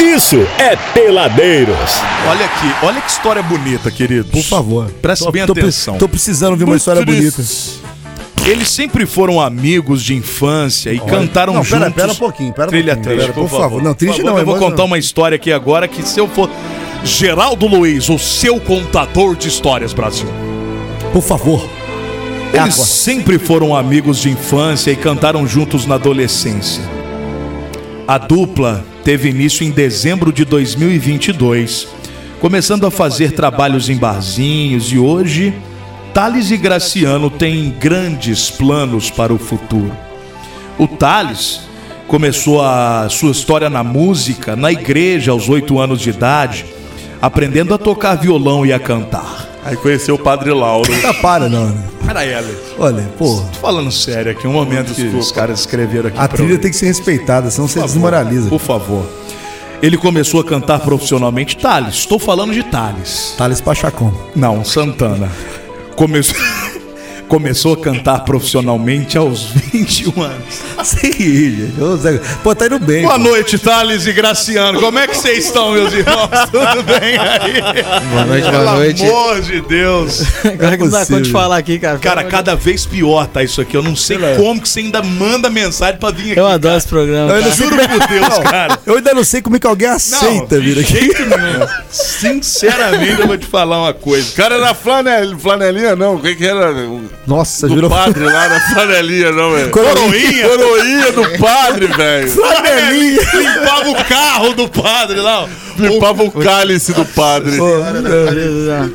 isso é Peladeiros. Olha aqui, olha que história bonita, queridos. Por favor. Preste tô, bem tô, pre- atenção. Tô precisando de uma história bonita. Eles sempre foram amigos de infância e cantaram Não, juntos. pera, pera um pouquinho, pera um Trilha pouquinho, triste, pera, por favor. Não, triste Por favor, não, Eu vou emocionante. contar uma história aqui agora que se eu for... Geraldo Luiz, o seu contador de histórias, Brasil. Por favor. É Eles sempre foram amigos de infância e cantaram juntos na adolescência. A dupla teve início em dezembro de 2022, começando a fazer trabalhos em barzinhos e hoje Thales e Graciano têm grandes planos para o futuro. O Thales começou a sua história na música na igreja aos oito anos de idade, aprendendo a tocar violão e a cantar. Aí conheceu o Padre Lauro. Ah, para, não. né? Peraí, Alex. Olha, pô, Tô falando sério aqui, um momento que os caras escreveram aqui. a pra trilha eu. tem que ser respeitada, senão você desmoraliza. Por favor. Ele começou a cantar profissionalmente. Thales, estou falando de Thales. Thales Pachacom. Não, Santana. Começou, começou a cantar profissionalmente aos 21 anos. Sim, ô, Zé. Pô, tá indo bem. Boa noite, Thales e Graciano. Como é que vocês estão, meus irmãos? Tudo bem aí? Boa noite, boa noite. Pelo amor de Deus. Agora que não dá conta de possível. falar aqui, cara. Cara, cada vez pior tá isso aqui. Eu não sei como que você ainda manda mensagem pra vir aqui. Eu adoro esse programa. Eu ainda, cara. sei como... Meu Deus, cara. eu ainda não sei como é que alguém aceita de vir aqui. jeito nenhum. Sinceramente, eu vou te falar uma coisa. O cara era flanel, flanelinha, não. O que que era? O Nossa, do virou padre lá na flanelinha, não, velho. Coroinha. Coroinha do padre, velho. flanelinha. Limpava o carro do padre lá. ó. Limpava o cálice do padre.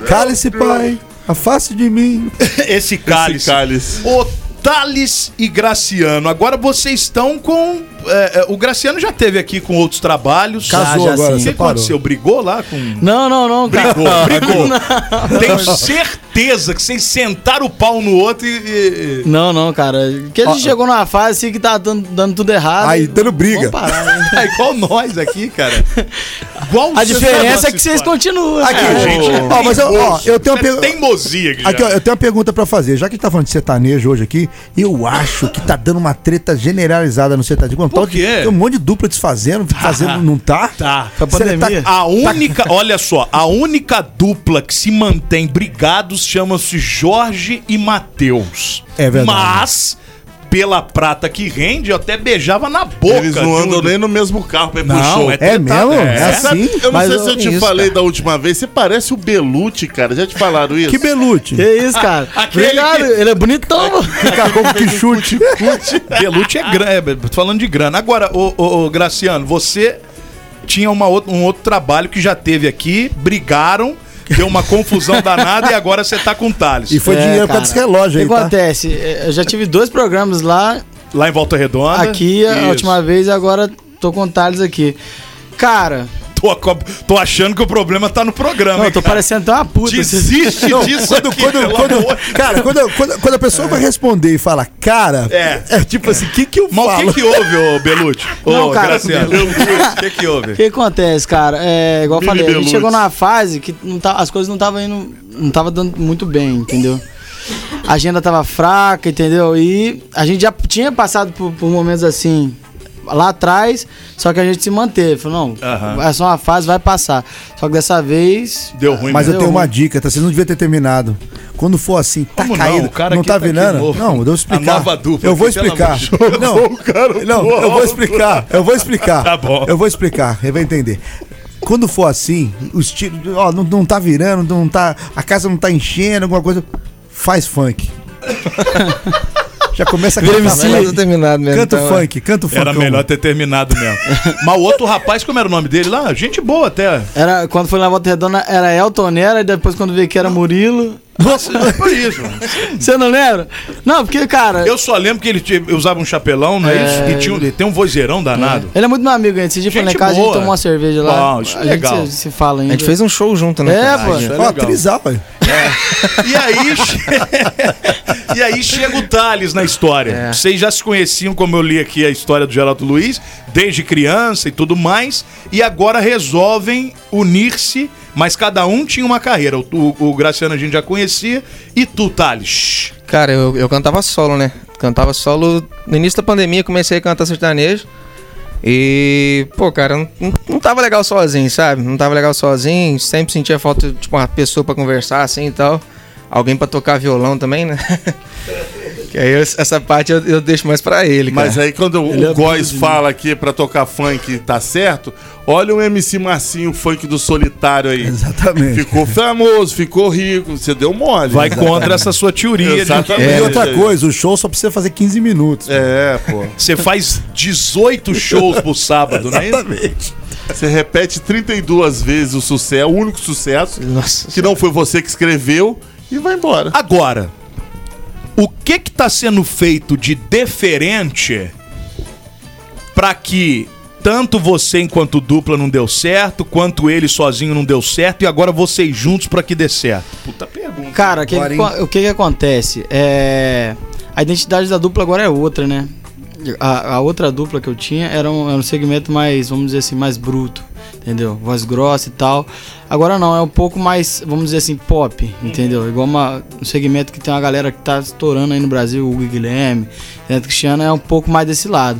Cale-se, pai. Afaste de mim. Esse Esse cálice. cálice. O Thales e Graciano. Agora vocês estão com. é, é, o Graciano já teve aqui com outros trabalhos. Casou já agora, O que você aconteceu? parou. Brigou lá com. Não, não, não, cara. Brigou, brigou. Tenho certeza que vocês sentaram o pau no outro e- e. e- Não, não, cara. Porque a gente chegou numa fase assim que tá dando, dando tudo errado. Aí, Tá dando briga. Vamos parar, né? Tá igual nós aqui, cara. Igual A vocês diferença é que essa vocês história. continuam. Aqui, cara. gente, é ó, mas eu, ó, eu tenho uma Isso é pergunta. teimosia, Guilherme. Aqui, ó, eu tenho uma pergunta pra fazer. Já que a gente tá falando de sertanejo hoje aqui, eu acho que tá dando uma treta generalizada no sertanejo. Com tal de- quê? Tem um monte de dupla desfazendo, fazendo, não tá? Tá. Com a Será que pandemia. Tá... A única, olha só, a única dupla que se mantém brigados chama-se Jorge e Matheus. É verdade. Mas, pela prata que rende, eu até beijava na boca. Eles não andam Duda. nem no mesmo carro pra ir pro Não, show. é É mesmo? É, Você sabe- assim? eu não Mas sei eu- se eu te isso, falei da última vez. Você parece o Belute, cara. Já te falaram isso? Que belute. Que isso, cara. Aquele Obrigado. que- Ele é bonitão. Que cacou que chute. Belute é grana, é, tô falando de grana. Agora, ô, ô, ô, Graciano, você tinha uma outra- um outro trabalho que já teve aqui, brigaram, deu uma confusão danada e agora você tá com o Thales. E foi É, dinheiro pra cara. desse relógio aí, O que tá? acontece? É, Eu já tive dois programas lá Lá em Volta Redonda. aqui é a Isso. última vez e agora tô com o Thales aqui. Cara, Tô, aco- tô achando que o problema tá no programa. não, hein, eu tô cara. parecendo até uma puta. Desiste disso aqui, Quando, pelo quando- amor. cara, quando, quando- quando a pessoa vai responder e fala, cara, É. é, tipo assim, o que, que eu Mas o falo? que que houve, ô Belute? Ô, Não, cara, Graciano. O que que O houve? que acontece, cara? É, igual eu Mini falei, a Belucci. gente chegou numa fase que não tá- as coisas não estavam indo. Não tava dando muito bem, entendeu? A agenda tava fraca, entendeu? E a gente já tinha passado por, por momentos assim lá atrás, só que a gente se manteve. Falou, não, Aham. é só uma fase, vai passar. Só que dessa vez. Deu ruim Mas eu Deu tenho uma ruim. dica, tá? Você não devia ter terminado. Quando for assim, tá Como não? caído, O cara não aqui tá tá aqui virando? novo. Não, eu vou explicar. A nova dupla eu vou aqui, pelo explicar. amor de Deus. Não, não, eu vou explicar. Eu vou explicar. Tá bom. Eu vou explicar, ele vai entender. Quando for assim, os tiros, ó, não, não tá virando, não tá, a casa não tá enchendo, alguma coisa, faz funk. Já começa a cantar tá funk. terminado mesmo. Canta então, o funk, canta o funk. Era melhor ter terminado mesmo. Mas o outro rapaz, como era o nome dele lá? Gente boa até. Era, quando foi na Volta Redonda, era Elton Nera, e depois quando veio que era Murilo. Nossa, foi isso. mano. Você não lembra? Não, porque, cara. Eu só lembro que ele tinha- usava um chapelão, não é, isso? E tinha, um- tem um vozeirão danado. Ele é muito meu amigo, hein? Esse dia foi lá em Gente casa, a gente boa. tomou uma cerveja lá. Bom, isso é a gente legal. Se, se fala ainda. A gente fez um show junto, né? É, cara? pô. A gente- é Ó, legal. trisal, velho. E aí, che- e aí chega o Thales na história. Vocês já se conheciam, como eu li aqui a história do Geraldo Luiz, desde criança e tudo mais, e agora resolvem unir-se, mas cada um tinha uma carreira. O, o, o Graciano a gente já conhecia, e tu, Thales? Cara, eu, eu cantava solo, né? Cantava solo. No início da pandemia, comecei a cantar sertanejo. E, pô, cara, não, não- não tava legal sozinho, sabe? Não tava legal sozinho, sempre sentia falta de tipo, uma pessoa pra conversar assim e tal. Alguém pra tocar violão também, né? que aí eu- essa parte eu, eu deixo mais pra ele, cara. Mas aí quando é o Góis né? fala aqui pra tocar funk tá certo, olha o MC Marcinho, o funk do solitário aí. Exatamente. Ficou famoso, ficou rico, você deu mole. Vai contra essa sua teoria de que Exatamente. e outra coisa, o show só precisa fazer 15 minutos. É, pô. você faz 18 shows por sábado, né? Exatamente. Você repete 32 vezes o sucesso, o único sucesso, Nossa. que não foi você que escreveu, e vai embora. Agora, o que que tá sendo feito de diferente para que tanto você enquanto dupla não deu certo, quanto ele sozinho não deu certo e agora vocês juntos para que dê certo? Puta pergunta. Cara, o que, que co- o que que acontece? É, a identidade da dupla agora é outra, né? A, a outra dupla que eu tinha era um, era um segmento mais, vamos dizer assim, mais bruto, entendeu? Voz grossa e tal. Agora não, é um pouco mais, vamos dizer assim, pop, entendeu? Igual uma- um segmento que tem uma galera que tá estourando aí no Brasil, o Hugo e Guilherme, Renato Cristiano, é um pouco mais desse lado.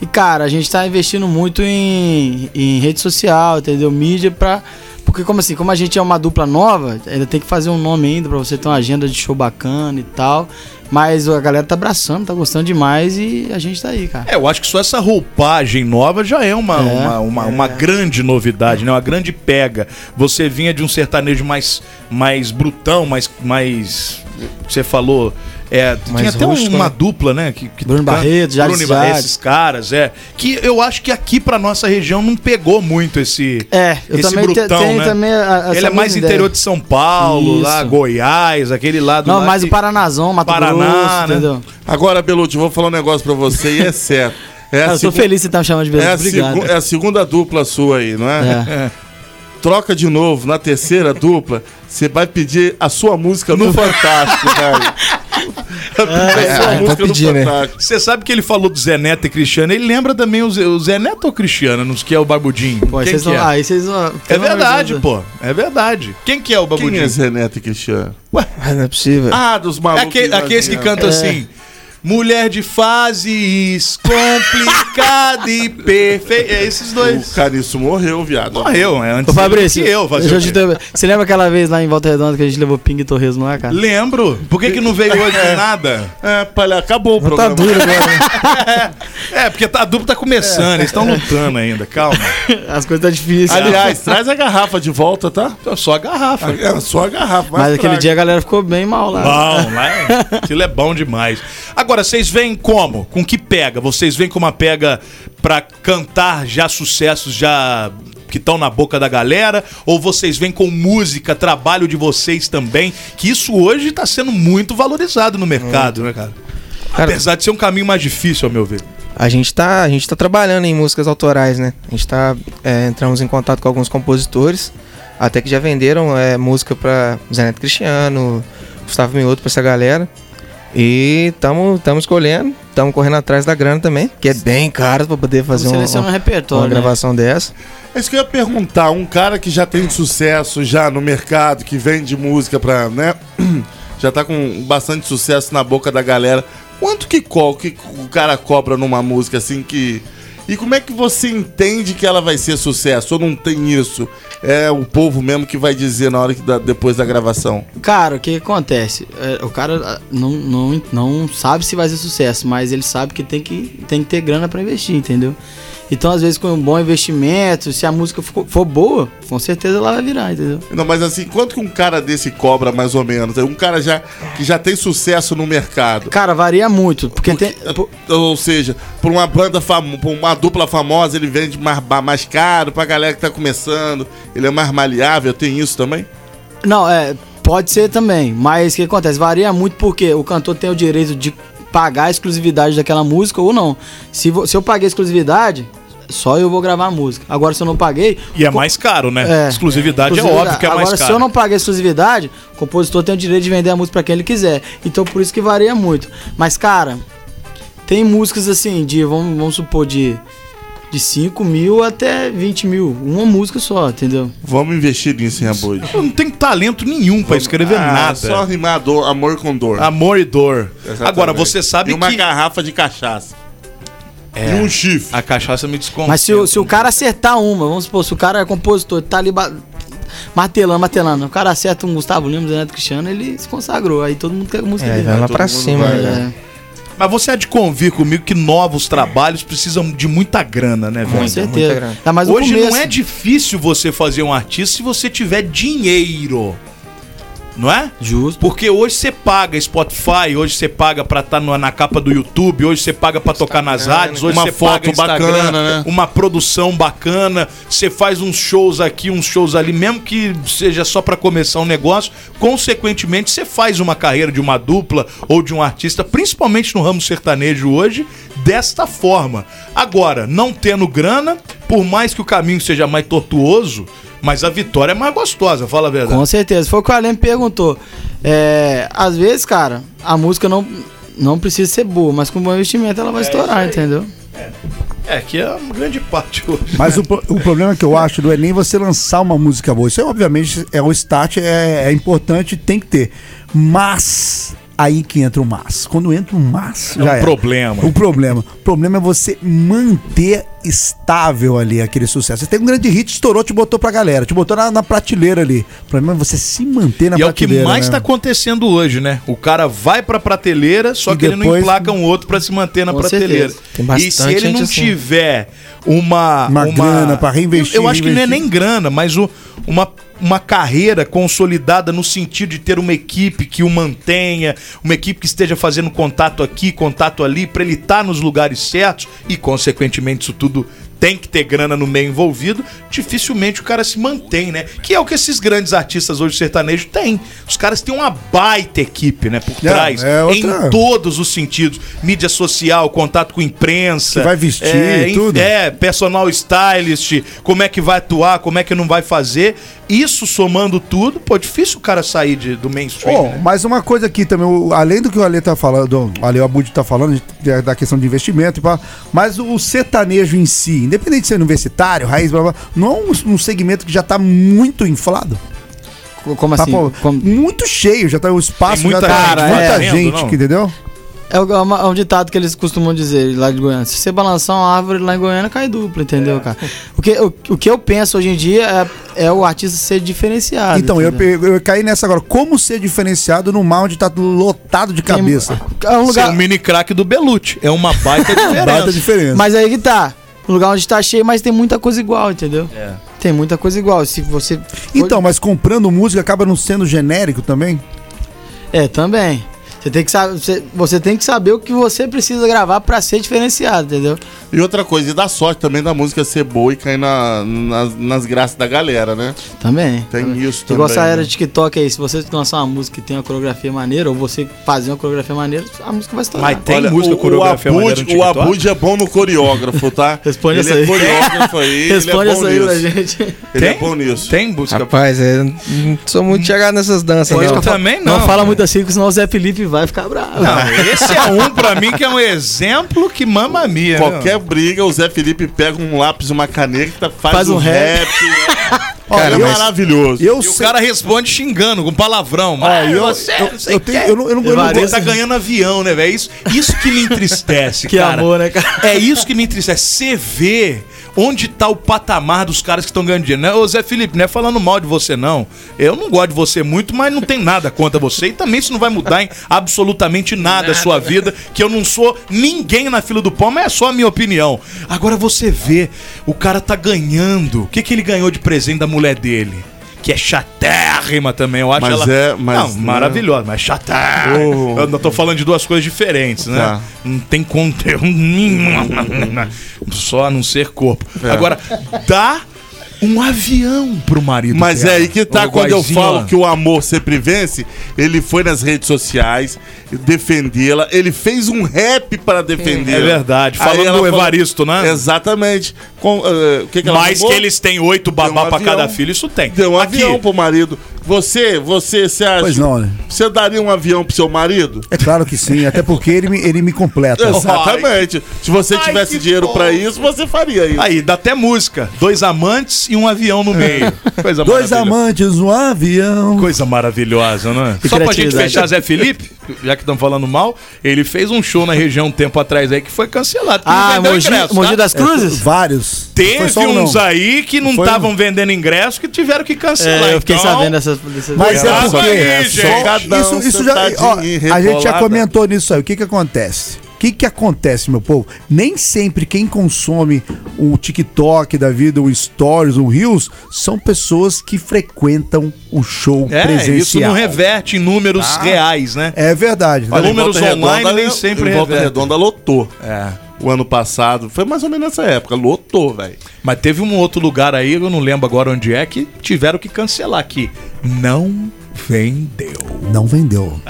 E, cara, a gente tá investindo muito em, em rede social, entendeu? Mídia pra. Porque, como assim, como a gente é uma dupla nova, ainda tem que fazer um nome ainda pra você ter uma agenda de show bacana e tal. Mas a galera tá abraçando, tá gostando demais e a gente tá aí, cara. É, eu acho que só essa roupagem nova já é uma, É. uma, uma, uma grande novidade, né? Uma grande pega. Você vinha de um sertanejo mais, mais brutão, mais, mais. Você falou. É, tinha Mais até rústico, uma né? dupla, né? Que, que Bruno canta- Barreto, Jales Bruno Barreto, Jales. esses caras, é. Que eu acho que aqui pra nossa região não pegou muito esse. É, eu esse também te- brutão, tenho né? também a- a- Ele essa é mais mesma interior ideia. de São Paulo, lá, Isso. Goiás, aquele lado. Não, lá mais que- o Paranazão, Mato Paraná, Grosso, né? entendeu? Agora, Beluti, eu vou falar um negócio pra você e é certo. É a eu sou segun- feliz que você tá me chamando de É beleza. a, Obrigado. segu- é a segunda dupla sua aí, não é? É. Troca de novo, na terceira dupla, você vai pedir a sua música no Fantástico, velho. Ah, Vai pedir a sua é, é, música pra pedir, no né? Fantástico. Você sabe que ele falou do Zé Neto e Cristiano, ele lembra também o Zé, o Zé Neto ou Cristiano, nos que é o Barbudinho? Quem Pô, aí vocês que vão- é? Aí vocês vão. é verdade, pô. É verdade. Quem que é o Quem Barbudinho? é Zé Neto e Cristiano? Ah, não é possível. Ah, dos É malucos. aquele, aqueles que cantam assim. Mulher de fases, complicada e perfeita. É esses O dois. Cariço morreu, viado. Morreu, é antes Ô, Fabrício, dele que eu. Fazer deixa o eu te quê? interromper. Você lembra aquela vez lá em Volta Redonda que a gente levou Ping e Torresmo lá, cara? Lembro. Por que, que não veio hoje nada? É, palha, acabou o Tá programa. duro agora. né? É, porque tá- a dupla tá começando, eles estão lutando ainda, calma. As coisas tá difíceis. Aliás, traz a garrafa de volta, tá? Então, Só a garrafa. É, só a garrafa. mas aquele fraca. dia a galera ficou bem mal lá. Bom, lá é, aquilo é bom demais. Agora, vocês vêm como? Com que pega? Vocês vêm com uma pega pra cantar já sucessos já que estão na boca da galera? Ou vocês vêm com música, trabalho de vocês também? Que isso hoje tá sendo muito valorizado no mercado, né, cara? Cara- Apesar de ser um caminho mais difícil, ao meu ver. A gente tá, a gente tá trabalhando em músicas autorais, né? A gente tá, é, entramos em contato com alguns compositores, até que já venderam é, música pra Zé Neto Cristiano, Gustavo Mioto, pra essa galera. E estamos escolhendo, estamos correndo atrás da grana também, que é bem caro pra poder fazer um, seleciona um uma- repertório, uma né? gravação dessa. É isso que eu ia perguntar. Um cara que já tem sucesso já no mercado, que vende música pra, né? Já tá com bastante sucesso na boca da galera. Quanto que, co que o cara cobra numa música assim que. E como é que você entende que ela vai ser sucesso? Ou não tem isso? É o povo mesmo que vai dizer na hora que dá- depois da gravação. Cara, o que acontece? É, o cara ah, não, não, não sabe se vai ser sucesso, mas ele sabe que tem que, tem que ter grana pra investir, entendeu? Então, às vezes, com um bom investimento, se a música for, for boa, com certeza ela vai virar, entendeu? Não, mas assim, quanto que um cara desse cobra mais ou menos? Um cara já, que já tem sucesso no mercado. É, Cara, varia muito, porque tem. é por- Ou seja, por uma banda famosa, por uma dupla famosa, ele vende mais, ba- mais caro pra galera que tá começando, ele é mais maleável, tem isso também? Não, é, pode ser também, mas o que acontece? Varia muito porque o cantor tem o direito de pagar a exclusividade daquela música ou não. Se, vo- se eu paguei a exclusividade, só eu vou gravar a música. Agora, se eu não paguei. E é mais caro, né? É. exclusividade, é óbvio que é Agora, mais caro. se eu não paguei a exclusividade, o compositor tem o direito de vender a música pra quem ele quiser. Então, por isso que varia muito. Mas, cara, tem músicas assim, de, vamos, vamos supor, de. De 5 mil até 20 mil. Uma música só, entendeu? Vamos investir nisso, hein, Abud? Eu não tenho talento nenhum pra escrever Ah, nada. Só rimar a dor, amor com dor. Amor e dor. Exatamente. Agora, você sabe e uma que. É. garrafa de cachaça. e um chifre. A cachaça me desconta. Mas se, o- se o cara acertar uma, vamos supor, se o cara é compositor, tá ali ba- martelando, martelando, o cara acerta um Gustavo Lima, Zé Neto Cristiano, ele se consagrou. Aí todo mundo quer a música É, dele. vai lá todo pra mundo cima, vai, né? É. Mas você há de convir comigo que novos trabalhos precisam de muita grana, né, Com velho? muita certeza. grana. Ainda mais no Hoje começo. não é difícil você fazer um artista se você tiver dinheiro. Não é? Justo. Porque hoje você paga Spotify, hoje você paga pra estar na capa do YouTube, hoje você paga pra tocar nas Instagram, rádios, hoje Uma você foto paga Instagram, bacana, né? uma produção bacana, você faz uns shows aqui, uns shows ali, mesmo que seja só pra começar um negócio, consequentemente você faz uma carreira de uma dupla ou de um artista, principalmente no ramo sertanejo hoje, desta forma. Agora, não tendo grana, por mais que o caminho seja mais tortuoso, mas a vitória é mais gostosa, fala a verdade. Com certeza. Foi o que o Alê me perguntou. É, às vezes, cara, a música não, não precisa ser boa, mas com bom investimento ela vai estourar, entendeu? É, que é uma grande parte hoje. Mas o, pro- o problema que eu acho não é nem você lançar uma música boa. Isso, é, obviamente, é um start, é, é importante, tem que ter. Mas, aí que entra o mas. Quando entra o mas, É um problema. O problema. O problema é você manter estável ali aquele sucesso. Você tem um grande hit, estourou, te botou pra galera, te botou na, na prateleira ali. O problema é você se manter na E é o que prateleira. mais né? tá acontecendo hoje, né? O cara vai pra prateleira, só E que ele não depois- emplaca um outro pra se manter na Com prateleira. certeza. Tem bastante e se ele não gente assim. tiver uma, Uma grana pra reinvestir, Eu, eu acho que não é reinvestir. nem grana, mas o- uma, uma carreira consolidada no sentido de ter uma equipe que o mantenha, uma equipe que esteja fazendo contato aqui, contato ali, pra ele estar nos lugares certos e, consequentemente, isso tudo. Tem que ter grana no meio envolvido, dificilmente o cara se mantém, né? Que é o que esses grandes artistas hoje sertanejo têm. Os caras têm uma baita equipe, né? Por É, trás. é outra- Em todos os sentidos. Mídia social, contato com imprensa. Que vai vestir, é, tudo. É, é, personal stylist, como é que vai atuar, como é que não vai fazer. Isso somando tudo, pô, difícil o cara sair de- do mainstream. Bom, né? mas uma coisa aqui também, o- além do que o Ale tá falando, o Ale Abud tá falando de- da questão de investimento, e pá, mas o, o sertanejo em si, independente de ser universitário, raiz, blá, blá, não é um, um segmento que já tá muito inflado. Co- Como Tá, assim? pô, Como- Muito cheio, já tá o espaço, Tem muita já tá gente, muita né? gente, Vendo, não? que- entendeu? É, o- é uma- é um ditado que eles costumam dizer lá de Goiânia. Se você balançar uma árvore lá em Goiânia, cai dupla, entendeu, É. cara? O que, o, o que eu penso hoje em dia é, é o artista ser diferenciado. então, eu, Ah, entendeu? pe- eu caí nessa agora. Como ser diferenciado num mar onde tá lotado de cabeça? É um Ser lugar, um mini craque do Belucci. É uma baita Baita diferença. diferença. Mas aí que tá. O lugar onde tá cheio, mas tem muita coisa igual, entendeu? Tem muita coisa igual. Se você. Então, mas comprando música acaba não sendo genérico também? É, também. Você tem que saber, você, você tem que saber o que você precisa gravar pra ser diferenciado, entendeu? E outra coisa, e dá sorte também da música ser boa e cair na- nas, nas graças da galera, né? Também. Tem também. isso também. Igual essa era né? de TikTok aí, se você lançar uma música que tem uma coreografia maneira, ou você fazer uma coreografia maneira, a música vai estourar. Mas tem música, coreografia o maneira no Abud, o TikTok? Abud é bom no coreógrafo, tá? Responde ele essa é aí. coreógrafo aí. Responde ele é essa bom aí pra nisso. gente. Ele é Tem? bom nisso. Tem busca. Rapaz, é, não sou muito chegado nessas danças, né? Eu não. também não. Não, fala muito assim, porque senão o Zé Felipe vai ficar bravo. Não, esse é um pra mim que é um exemplo que mama mia. né? Qualquer briga, o Zé Felipe pega um lápis, uma caneta, faz, Faz um um rap. Cara, Cara, mas- maravilhoso. Eu E o sei. cara responde xingando, com palavrão. Ah, Mas eu- você, eu- não sei eu o tenho- quê. eu não- eu não- eu não Você gosto. tá ganhando avião, né, velho? Isso, isso que me entristece, Que cara. amor, né, cara? É isso que me entristece. Você vê onde tá o patamar dos caras que estão ganhando dinheiro. Não, Ô, Zé Felipe, não é falando mal de você, não. Eu não gosto de você muito, mas não tem nada contra você. E também isso não vai mudar em absolutamente nada, a sua vida, que eu não sou ninguém na fila do pão, mas é só a minha opinião. Agora você vê, o cara tá ganhando. O que, que ele ganhou de presente da mulher dele? Que é chatérrima também, eu acho Mas ela. é- mas não, não- maravilhosa, mas chatérrima. Oh. Eu não tô falando de duas coisas diferentes, né? Tá. Não tem conteúdo nenhum. Só a não ser corpo. Agora, dá um avião pro marido. Mas dela. é aí que tá, Um quando eu iguaizinho, ó. falo que o amor sempre vence, ele foi nas redes sociais defendê-la, ele fez um rap para defendê-la. É verdade, Aí falando ela do Evaristo, né? Exatamente. Com, eh, o que que ela Mas falou? que eles têm oito Deu babá um pra avião. cada filho, isso tem. Deu um avião pro marido. Você, você, você acha... Pois não, né? Você daria um avião pro seu marido? É claro que sim, até porque ele me, ele me completa. Exatamente. Se você Ai, tivesse que dinheiro bom. pra isso, você faria isso. Aí, dá até música. Dois amantes amantes e um avião no meio. Coisa Dois maravilhosa. amantes, um avião. Coisa maravilhosa, né? E Só pra gente criatividade. fechar, Zé Felipe, já que estamos falando mal, ele fez um show na região um tempo atrás aí que foi cancelado. que não Ah, vendeu Mogi, ingresso, Mogi tá? das Cruzes? É, Vários. Foi Teve só um não. uns aí que não Foi um. estavam vendendo ingresso que tiveram que cancelar. É, eu fiquei Então, sabendo dessas. dessas Mas é Cuidado porque aí, só- gente. Cada um isso, isso já, sentadinho ó, a gente já rebolada. comentou nisso aí. O que que acontece? O que que acontece, meu povo? Nem sempre quem consome o TikTok da vida, o Stories, o Reels, são pessoas que frequentam o show É, presencial. isso não reverte em números Ah. reais, né? É verdade. né? Olha, Em Volta né? números online nem sempre Em Volta reverte. Redonda lotou. É. O ano passado, foi mais ou menos nessa época, lotou, velho. Mas teve um outro lugar aí, eu não lembro agora onde é, que tiveram que cancelar que não vendeu. Não vendeu.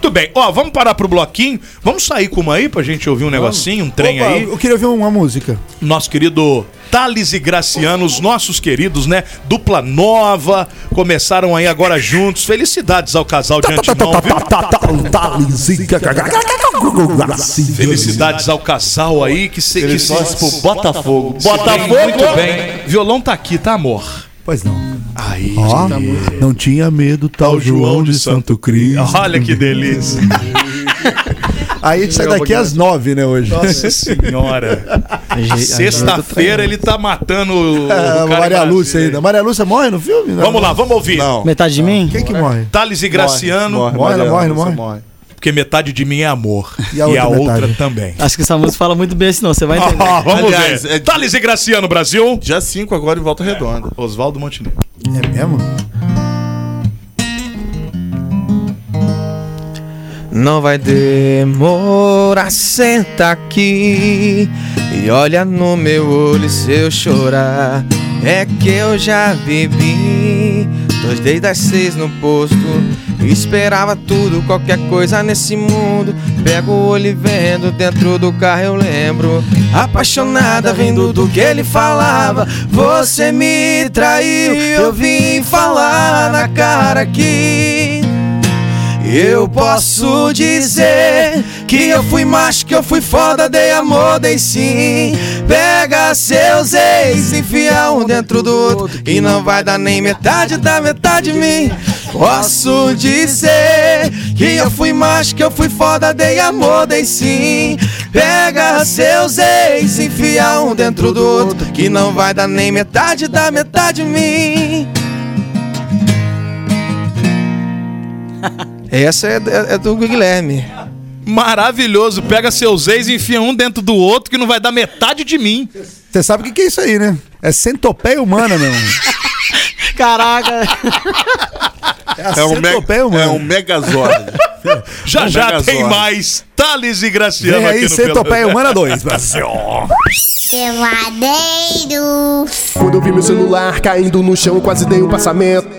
Tudo bem, ó, vamos parar pro bloquinho. Vamos sair com uma aí pra gente ouvir um negocinho, um trem Opa, aí. Eu queria ver uma música. nosso querido Thales e Graciano, os nossos queridos, né? Dupla nova, começaram aí agora juntos. Felicidades ao casal de antemão. viu? Felicidades ao casal aí que se, que se pro Botafogo. Botafogo! Muito bem. Violão tá aqui, tá, amor? Pois não. Aí. Ó, não tinha medo tal João de Santo Cristo. Olha que delícia. Aí a gente sai daqui às nove, né, hoje. Nossa senhora. Sexta-feira ele tá matando o, o É, cara Maria brasileiro. Lúcia ainda. Maria Lúcia morre no filme? Não. Vamos lá, vamos ouvir. Não. Metade de mim? Quem que morre? Thales e Graciano. Morre, não morre, não morre? Porque metade de mim é amor. E E a a outra, outra metade? também. Acho que essa música fala muito bem assim, não. Você vai entender. Ah, vamos Aliás, ver. é- Thales e Graciano, Brasil. Dia 5 agora em Volta Redonda. Oswaldo Montenegro. É mesmo? Não vai demorar, senta aqui e olha no meu olho se eu chorar. É que eu já bebi, dois desde as seis no posto. Esperava tudo, qualquer coisa nesse mundo. Pego o olho e vendo, dentro do carro eu lembro. Apaixonada, vendo do que ele falava. Você me traiu, eu vim falar na cara que. Eu posso dizer que eu fui macho, que eu fui foda, dei amor, dei sim. Pega seus ex, enfia um dentro do outro e não vai dar nem metade da metade de mim. Posso dizer que eu fui macho, que eu fui foda, dei amor, dei sim. Pega seus ex, enfia um dentro do outro que não vai dar nem metade da metade de mim. Essa é, é- é do Guilherme. Maravilhoso. Pega seus ex e enfia um dentro do outro que não vai dar metade de mim. Você sabe o que, que é isso aí, né? É centopeia humana, meu. irmão. Caraca. É, Ah, a É um, mega, centopeia humana. é um megazord. Já Um já tem megazord. mais Thales e Graciano Vem aí, aqui no Pelado. centopeia humana 2. Brasil. Peladeiros. Quando eu vi meu celular caindo no chão, eu quase dei um passamento.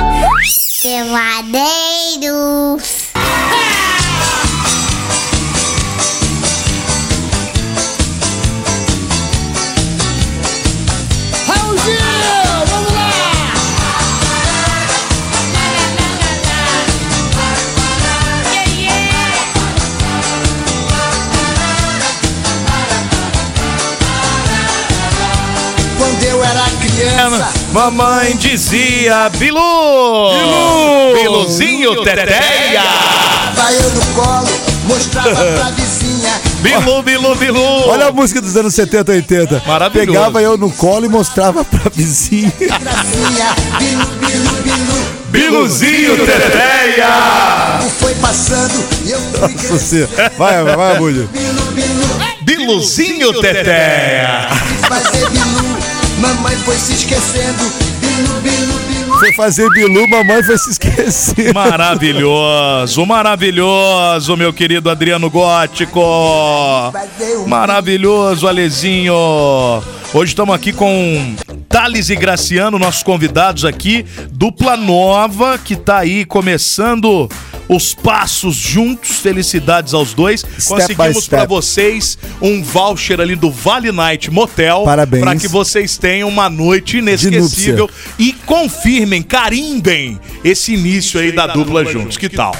Peladeiros. Quando eu era criança, É, Mamãe dizia Bilu! Bilu! Biluzinho Teteia! vai eu no colo, mostrava pra vizinha. Bilu, Bilu, Bilu! Olha a música dos anos 70, 80. Maravilhoso. Pegava eu no colo e mostrava pra vizinha. Gracinha, bilu, bilu, bilu. Um Biluzinho Teteia! Foi passando e eu fui Nossa, você. Vai, vai, vai, Múlio. bilu, bilu. Biluzinho Teteia! Quis fazer bilu, mamãe foi se esquecendo. Bilu, bilu, bilu. Foi fazer bilu, mamãe foi se esquecer. Maravilhoso, maravilhoso, meu querido Adriano Gótico. Maravilhoso, Alezinho. Hoje estamos aqui com Thales e Graciano, nossos convidados aqui, dupla nova que tá aí começando os passos juntos. Felicidades aos dois. Step by Conseguimos para step. vocês um voucher ali do Vale Night Motel. Parabéns. Para que vocês tenham uma noite inesquecível. E confirmem, carimbem esse início aí da dupla juntos. Que tal?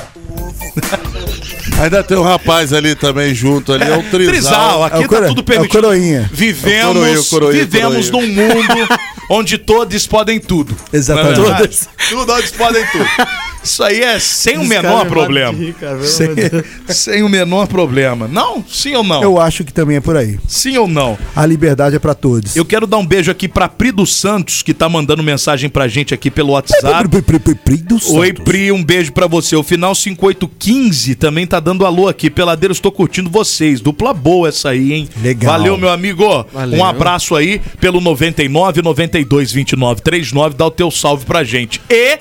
Ainda tem um rapaz ali também junto ali, é o Trizal. Trisal, aqui É o coro- tá tudo permitido. é o coroinha. É Vivemos, o coroinha, o coroinha, vivemos coroinha. num mundo onde todos podem tudo. Exatamente. Não é verdade? Tudo onde podem tudo. Isso aí é sem o menor problema. Sem, sem o menor problema. Não? Sim ou não? Eu acho que também é por aí. Sim ou não? A liberdade é pra todos. Eu quero dar um beijo aqui pra Pri dos Santos, que tá mandando mensagem pra gente aqui pelo WhatsApp. Pri- pri- pri- pri- do Oi, Santos. Pri, um beijo pra você. O final 5815 também tá dando alô aqui. Peladeiros, tô curtindo vocês. Dupla boa essa aí, hein? Legal. Valeu, meu amigo. Um abraço aí pelo 99 92 29 39. Dá o teu salve pra gente. E,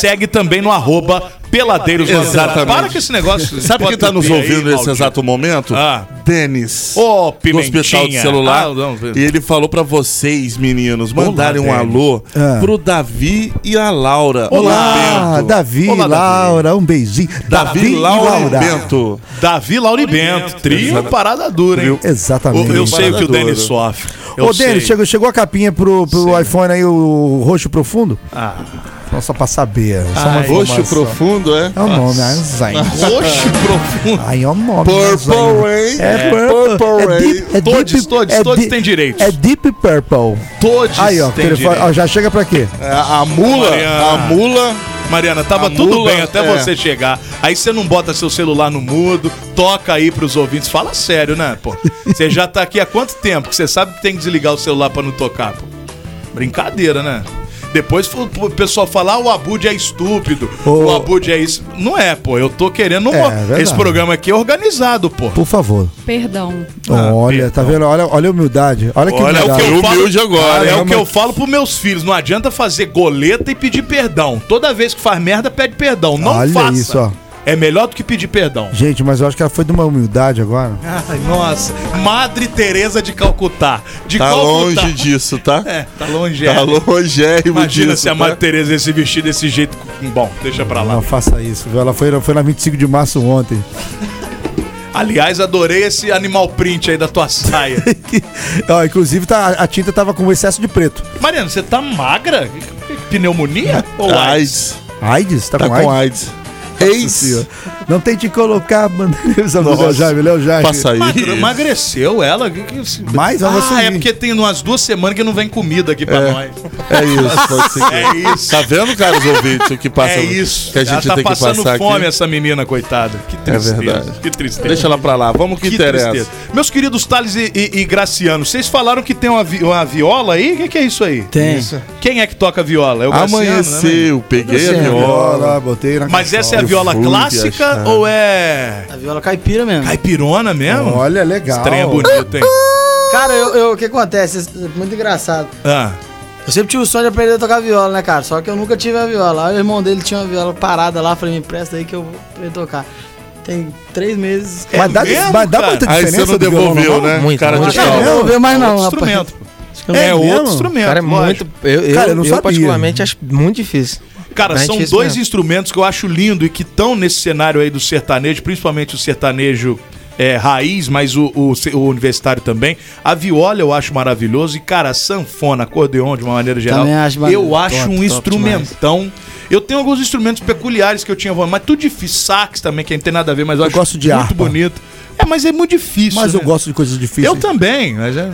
segue também no arroba Peladeiros. Exatamente. Para com esse negócio. Sabe quem tá nos Aí, ouvindo nesse maldito. exato momento? Ah. Denis. Ô, do Pimentinha. hospital de celular. Ah, não, e ele falou pra vocês, meninos, mandarem um Denis. alô Ah. pro Davi e a Laura. Olá, Bento. Davi, Olá, Davi. Laura, um beijinho. Davi, e Laura, Bento. Davi Lauri Bento. Trio parada dura, hein? Exatamente. Eu, eu sei o que o Parada Denis dura. sofre. Eu Ô, Denis, sei. chegou, chegou a capinha pro, pro iPhone aí, o roxo profundo? Ah. Só pra saber. Só uma Roxo informação. profundo, é? É o nome, é Zayn. Roxo profundo. Aí é o nome. Purple Zayn. Rain. É Purple. Purple É Rain. deep, é Todos, deep, todos, é todos Deep- têm direito. É Deep Purple. Todos Aí, ó, têm telefone, direito. ó, já chega pra quê? É, A, a mula, Mariana. a mula. Mariana, tava A tudo mula, bem até é. você chegar. Aí você não bota seu celular no mudo, toca aí pros ouvintes. Fala sério, né, pô? Você já tá aqui há quanto tempo que você sabe que tem que desligar o celular pra não tocar, pô? Brincadeira, né? Depois o o pessoal falar o Abud é estúpido, Ô. o Abud é isso. Não é, pô. Eu tô querendo. É, mo- verdade. Esse programa aqui é organizado, pô. Por favor. Perdão. olha, tá vendo? Olha, olha a humildade. Olha que Ah, Olha é o humildade. que eu Humilde falo, agora, é hein? o que eu falo pros meus filhos. Não adianta fazer goleta e pedir perdão. Toda vez que faz merda, pede perdão. Não Olha faça. isso, ó. É melhor do que pedir perdão. Gente, mas eu acho que ela foi de uma humildade agora. Ai, nossa. Madre Teresa de Calcutá. De Tá Calcutá. longe disso, tá? É, tá longe. é. Tá longérrimo Imagina disso, se a tá? Madre Teresa ia se vestir desse jeito. Bom, deixa pra lá. Não faça isso, viu? Ela foi, ela foi na 25 de março ontem. Aliás, adorei esse animal print aí da tua saia. Ó, inclusive, tá, a tinta tava com excesso de preto. Mariana, você tá magra? Pneumonia? Ou AIDS? AIDS. AIDS? Tá, Tá com, com AIDS? AIDS. AIDS. Senhora. Não tem te colocar, mano. O Nossa. Léo Jaime, Léo Jaime. Passa aí. Magre- emagreceu ela? Que que isso- Mas ela assim, vai ah, sumir. é porque tem umas duas semanas que não vem comida aqui pra nós. É isso, pode ser que... É isso. Tá vendo, cara, os ouvintes, o que passa? é isso. Que a gente ela tá tem que passando passar fome, aqui. É essa menina, coitada. Que tristeza. verdade. Que tristeza. Deixa ela pra lá, vamos que, que interessa. tristeza. Meus queridos Thales e, e- e Graciano, vocês falaram que tem uma, vi- uma viola aí? O que, que é isso aí? Tem. Quem é que toca viola? É o Graciano, né, né? Amanheceu, peguei a viola. Viola, botei na Mas essa é a Eu viola fui clássica achar. ou é A viola caipira mesmo. caipirona mesmo? Olha, legal. Trem é bonito, hein? Cara, eu, eu- o que acontece? É muito engraçado. Ah, Eu sempre tive o sonho de aprender a tocar viola, né, cara? Só que eu nunca tive a viola. Aí o irmão dele tinha uma viola parada lá, falei, me empresta aí que eu vou aprender a tocar. Tem três meses. É Mas dá, mesmo, mas dá cara? muita Aí diferença você não do violão devolveu, normal? né? Muito, cara muito. de Não, pau. eu não vou ver mais não, é outro rapaz. instrumento. não É vi outro mesmo? instrumento. Cara, é muito. lógico. Eu, eu, Cara, eu não eu sabia. particularmente acho muito difícil. Cara, Mas são difícil dois mesmo. instrumentos que eu acho lindo e que estão nesse cenário aí do sertanejo, principalmente o sertanejo é, raiz, mas o, o se- o universitário também. A viola eu acho maravilhoso e, cara, a sanfona, acordeon de uma maneira geral. Também acho eu maneiro. acho Top, um top instrumentão. Eu tenho alguns instrumentos peculiares que eu tinha, mas tudo difícil. Sax também, que não tem nada a ver, mas eu, acho gosto de muito harpa. bonito. É, mas é muito difícil. Mas eu né? gosto de coisas difíceis. Eu também, mas é.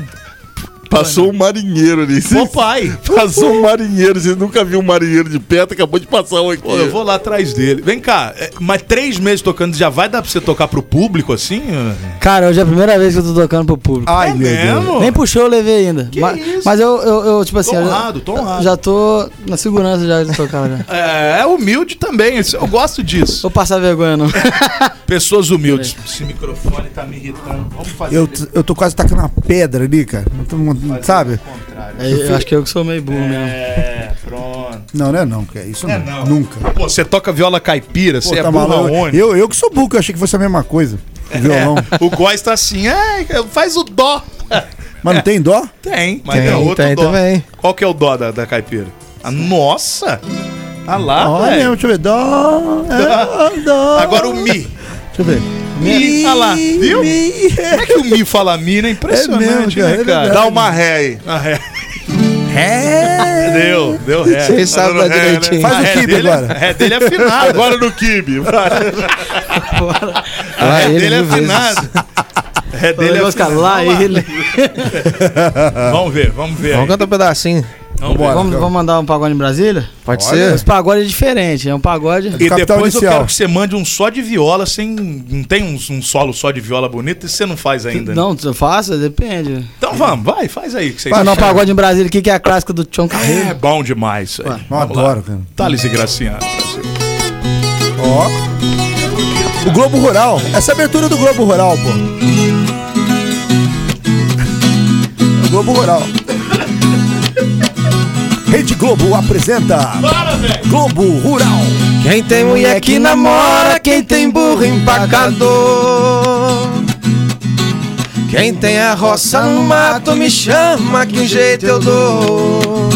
Passou um marinheiro ali. Papai! Passou um marinheiro, você nunca viu um marinheiro de perto, acabou de passar um aqui. Pô, eu vou lá atrás dele. Vem cá, é, mas três meses tocando já vai dar pra você tocar pro público assim? É Cara, hoje é a primeira vez que eu tô tocando pro público. Ai, meu Deus. Nem puxou, eu levei ainda. Ma- Ah, isso? mas, eu, eu, eu, tipo assim. eu já- honrado, tô honrado. Já tô na segurança já de tocar. Já. É, é humilde também, isso- eu gosto disso. Vou passar vergonha, não. Pessoas humildes. Esse microfone tá me irritando. Vamos fazer Eu, eu tô quase tacando uma pedra ali, cara. Não tô- não- Sabe? É, eu acho que eu que sou meio burro mesmo. É, pronto. Não, não é não, cara. Isso não. não. Nunca. Pô, você toca viola caipira, Pô, você tá é burro maluco? aonde? eu, eu que sou É. burro, eu achei que fosse a mesma coisa. Violão. O Góis tá assim, "Ai, faz o dó. Mas não tem dó? Tem, mas Tem, é outro tem dó. também. Qual que é o dó da, da caipira? Ah, nossa! Ah lá, Olha, velho. deixa eu ver. Dó. é, dó. Agora o mi. Deixa eu ver. Mi, ah lá, viu? Mi. Como é que o mi fala mi, né? Impressionante, É mesmo, cara, né, é cara? verdade. Dá uma ré aí. Ah, é. É. Deu, deu ré. Vocês sabem dando dar ré, né? direitinho. Faz A o ré kibe dele- agora. A ré dele é afinada. Agora no kibe. a Lá ré ele dele é mil vezes. afinada. A ré dele Ele é Oscar, afinada. lá ele. Vamos ver, vamos ver. Vamos aí. cantar um pedacinho. Vamos ver. Vamos, vamos mandar um pagode em Brasília? Pode Esse ser? pagode é diferente, é um pagode. E Capital depois eu Inicial. quero que você mande um só de viola sem. Não tem um, um solo só de viola bonito e você não faz ainda. né? Não, eu faço, depende. Então vamos, vai, faz aí que vocês Mandar um acham. pagode em Brasília aqui que é a clássica do Tchon É Carreiro. bom demais isso aí. Ué, Eu Vamos lá. adoro, cara. Thales e Graciano. Brasil. Ó. O Globo Rural. Essa é abertura do Globo Rural, pô. O Globo Rural. Rede Globo apresenta. Globo Rural. Quem tem mulher que namora, quem tem burro empacador. Quem tem a roça no mato me chama, que um jeito eu dou.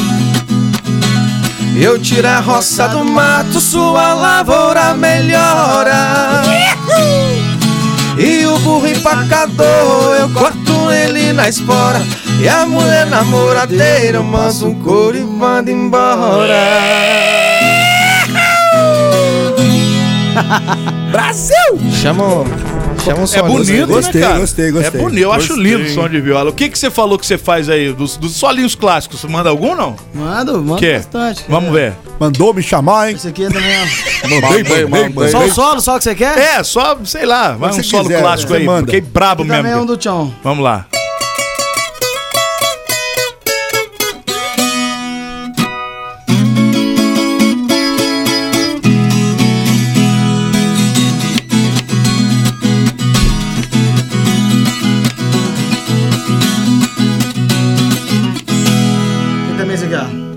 Eu tiro a roça do mato, sua lavoura melhora. E o burro empacador, eu corto ele na espora. E a mulher namoradeira, eu mando um couro e mando embora. Chama o, chama o É som bonito, Gostei, né, cara? gostei, gostei. É bonito, eu acho Gostei. lindo o som de viola. O que, que você falou que você faz aí? Dos, dos solinhos clássicos, você manda algum não? Manda, manda Que? né? bastante. Vamos ver. Mandou me chamar, hein? Esse aqui é também. ó. Mandei, mandei, mandei. Só o solo, só o que você quer? É, só, sei lá, vai Você um solo quiser, clássico você aí. manda. Fiquei brabo E também é um mesmo. do Tchon. Vamos lá. E também esse aqui, ó.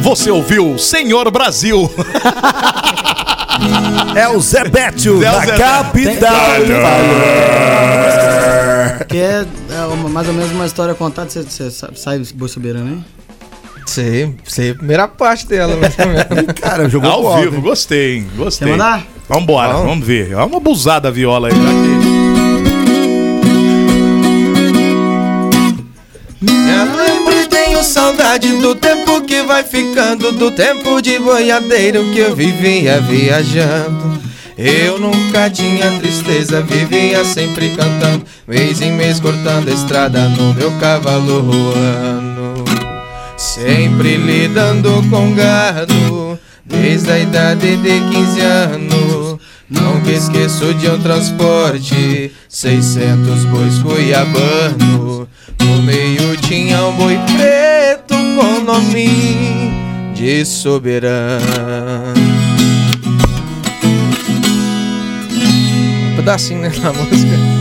Você ouviu Senhor Brasil. É o Zé Bétio Zé da Zé- capital. né? Que é, é uma- mais ou menos uma história contada. Você, você sa- sai Boi Soberano, hein? Sei, sei a primeira parte dela. mas também. Cara, jogou Ao bola, né? vivo, hein? Tá gostei, hein? Gostei. Quer mandar? Vambora, Vamos. vamos ver. É uma abusada a viola aí. né? Aqui. Eu lembro e tenho saudade do tempo que vai ficando, do tempo de boiadeiro que eu vivia viajando. Eu nunca tinha tristeza, vivia sempre cantando, mês em mês cortando a estrada no meu cavalo roano. Sempre lidando com gado, desde a idade de 15 anos. Nunca esqueço de um transporte, 600 bois cuiabano. No meio tinha um boi preto com nome de soberano. Um pedacinho, né, na música.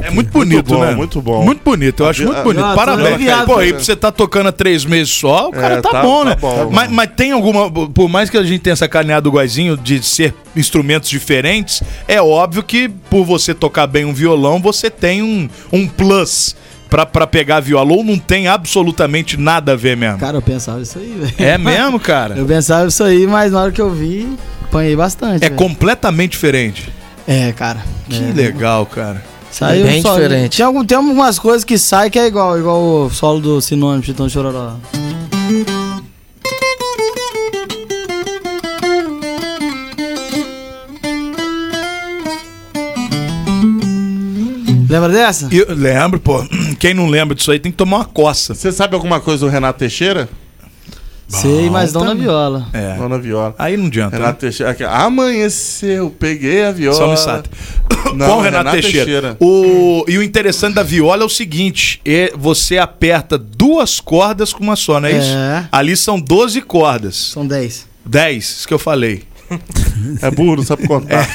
É muito bonito, bom, né? muito bom. Muito bonito, eu acho muito bonito. Ah, Parabéns. tá aliviado, Pô, aí cara. pra você tá tocando há três meses só, o cara É, tá, tá- bom, tá né? bom. Mas, mas tem alguma. Por mais que a gente tenha sacaneado o Guazinho de ser instrumentos diferentes, é óbvio que por você tocar bem um violão, você tem um, um plus pra, pra pegar viola. Ou não tem absolutamente nada a ver mesmo. Cara, eu pensava isso aí, velho. É mesmo, cara? Eu pensava isso aí, mas na hora que eu vi, apanhei bastante. É velho. completamente diferente. É, cara. Que é. legal, cara. Saiu Bem um solo- diferente. Tem, algum- tem algumas coisas que saem que é igual, igual o solo do sinônimo Chitão de Chororó. lá. Lembra dessa? E Eu lembro, pô. Quem não lembra disso aí tem que tomar uma coça. Você sabe alguma coisa do Renato Teixeira? Sei, mas não na viola. É. Não na viola. Aí não adianta. né? Renato Teixeira. aqui, Amanheceu, peguei a viola. Só me sata. Não, Com o Ah, Renato, Renato Teixeira. Teixeira. O, e o interessante da viola é o seguinte: é, você aperta duas cordas com uma só, não é, É. isso? Ali são 12 cordas. São 10. 10, isso que eu falei. É burro, não sabe contar.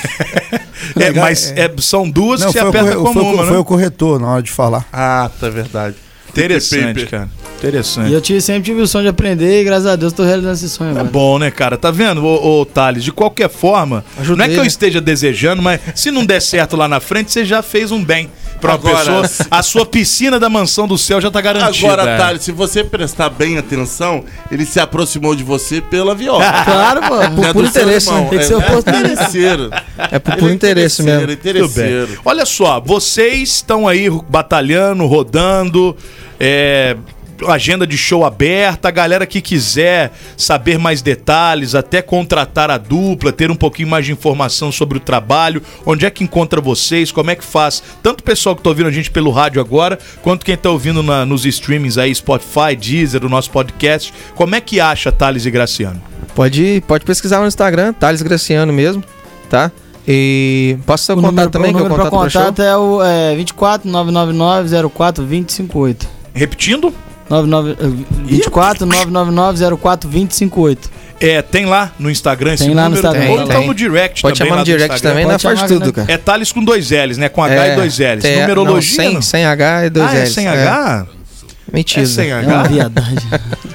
É, mas é, são duas Não, que você foi, o aperta corre- como foi o- uma, foi né? o corretor na hora de falar. Ah, tá verdade. Interessante, Paper. cara. E Interessante. eu tive- sempre tive o sonho de aprender e graças a Deus tô realizando esse sonho É agora. bom, né, cara? Tá vendo, ô, ô Thales? De qualquer forma, Ajudei, não é que eu né? esteja desejando, mas se não der certo lá na frente, você já fez um bem pra uma Agora- pessoa. A sua piscina da mansão do céu já tá garantida. Agora, Thales, se você prestar bem atenção, ele se aproximou de você pela viola. Claro, pô. Não é por do seu interesse, irmão, né? Tem que é ser oportunista. interesseiro. É por, Ele por interesse interesseiro, mesmo. Tudo bem. Interesseiro. Olha só, vocês estão aí batalhando, rodando, é, agenda de show aberta. A galera que quiser saber mais detalhes, até contratar a dupla, ter um pouquinho mais de informação sobre o trabalho, onde é que encontra vocês, como é que faz. Tanto o pessoal que tá ouvindo a gente pelo rádio agora, quanto quem tá ouvindo na- nos streamings aí, Spotify, Deezer, o nosso podcast. Como é que acha Thales e Graciano? Pode, pode pesquisar no Instagram, Thales Graciano mesmo, tá? E posso seu O contato número, também, o que eu número contato pra do show? contato é o é, 24 999 04 2058. Repetindo, 99, eh, 24 999 04 2058. é, tem lá no Instagram Tem lá no Instagram. Ou Tem, então tem. no direct Pode também. chamar lá no direct Instagram. também, Pode né? faz chamar, tudo, né? cara. É Thales com dois L's, né? Com H e dois L's. É, tem- Numerologia. Não, sem, não? sem H e dois ah, é L's. sem H? Mentira. É sem É uma H? viadagem.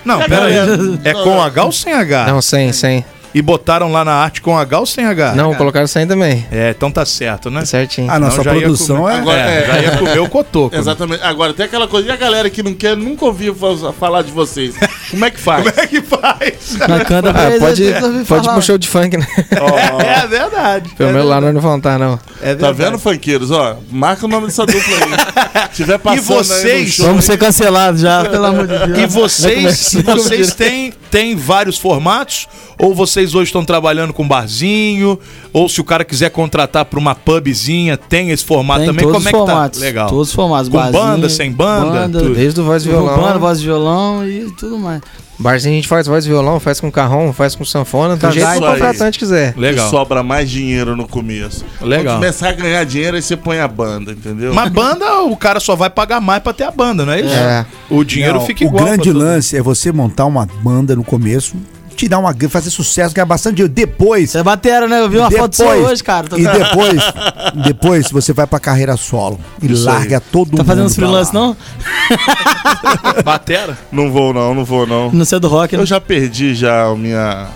Não, pera aí. É com H ou sem Ah, é H? Não, sem, sem. E botaram lá na arte com H ou sem H? Não, colocaram sem também. É, então tá certo, né? Tá certinho. A nossa já ia Ah, produção comer- é. Agora, é, é. já ia comer o cotoco. Exatamente. Agora, tem aquela coisa. E a galera que não quer, nunca ouviu fa- falar de vocês. Como é que faz? Como é que faz? Na canta Ah, pra eles, pode, eles pode ir falar. pro show de funk, né? É verdade. Pelo menos lá nós não vamos estar, não. É Tá verdade. vendo, funkeiros? Ó, marca o nome dessa dupla aí. Se tiver passando aí no vocês? show, Vamos ser cancelados já, pelo amor de Deus. E vocês, Vai começar. vocês têm, têm vários formatos? Ou vocês hoje estão trabalhando com barzinho? Ou se o cara quiser contratar para uma pubzinha, tem esse formato Tem também? todos Como os é que formatos. tá? Legal. Todos os formatos. um, Com barzinho, banda, sem banda, tudo. Desde o voz e violão. Urbano, voz e violão e tudo mais. Barzinho a gente faz voz e violão, faz com carrom, faz com sanfona, do Casais jeito que aí. o contratante quiser. Legal. Legal. sobra mais dinheiro no começo. Legal. Quando começar a ganhar dinheiro, aí você põe a banda, entendeu? Mas banda, o cara só vai pagar mais pra ter a banda, não é isso? É. O dinheiro Não, fica o igual. grande pra todo- lance é você montar uma banda no começo, te dar uma grana, fazer sucesso, ganhar bastante dinheiro. Depois. Você batera, né? Eu vi uma foto sua depois- hoje, cara. tá Tô, E depois, depois você vai pra carreira solo e larga todo mundo. tá fazendo uns pra lá. freelance, não? Batera? Não vou, não, não vou, não. Não sei do rock, né? Eu já perdi já a minha.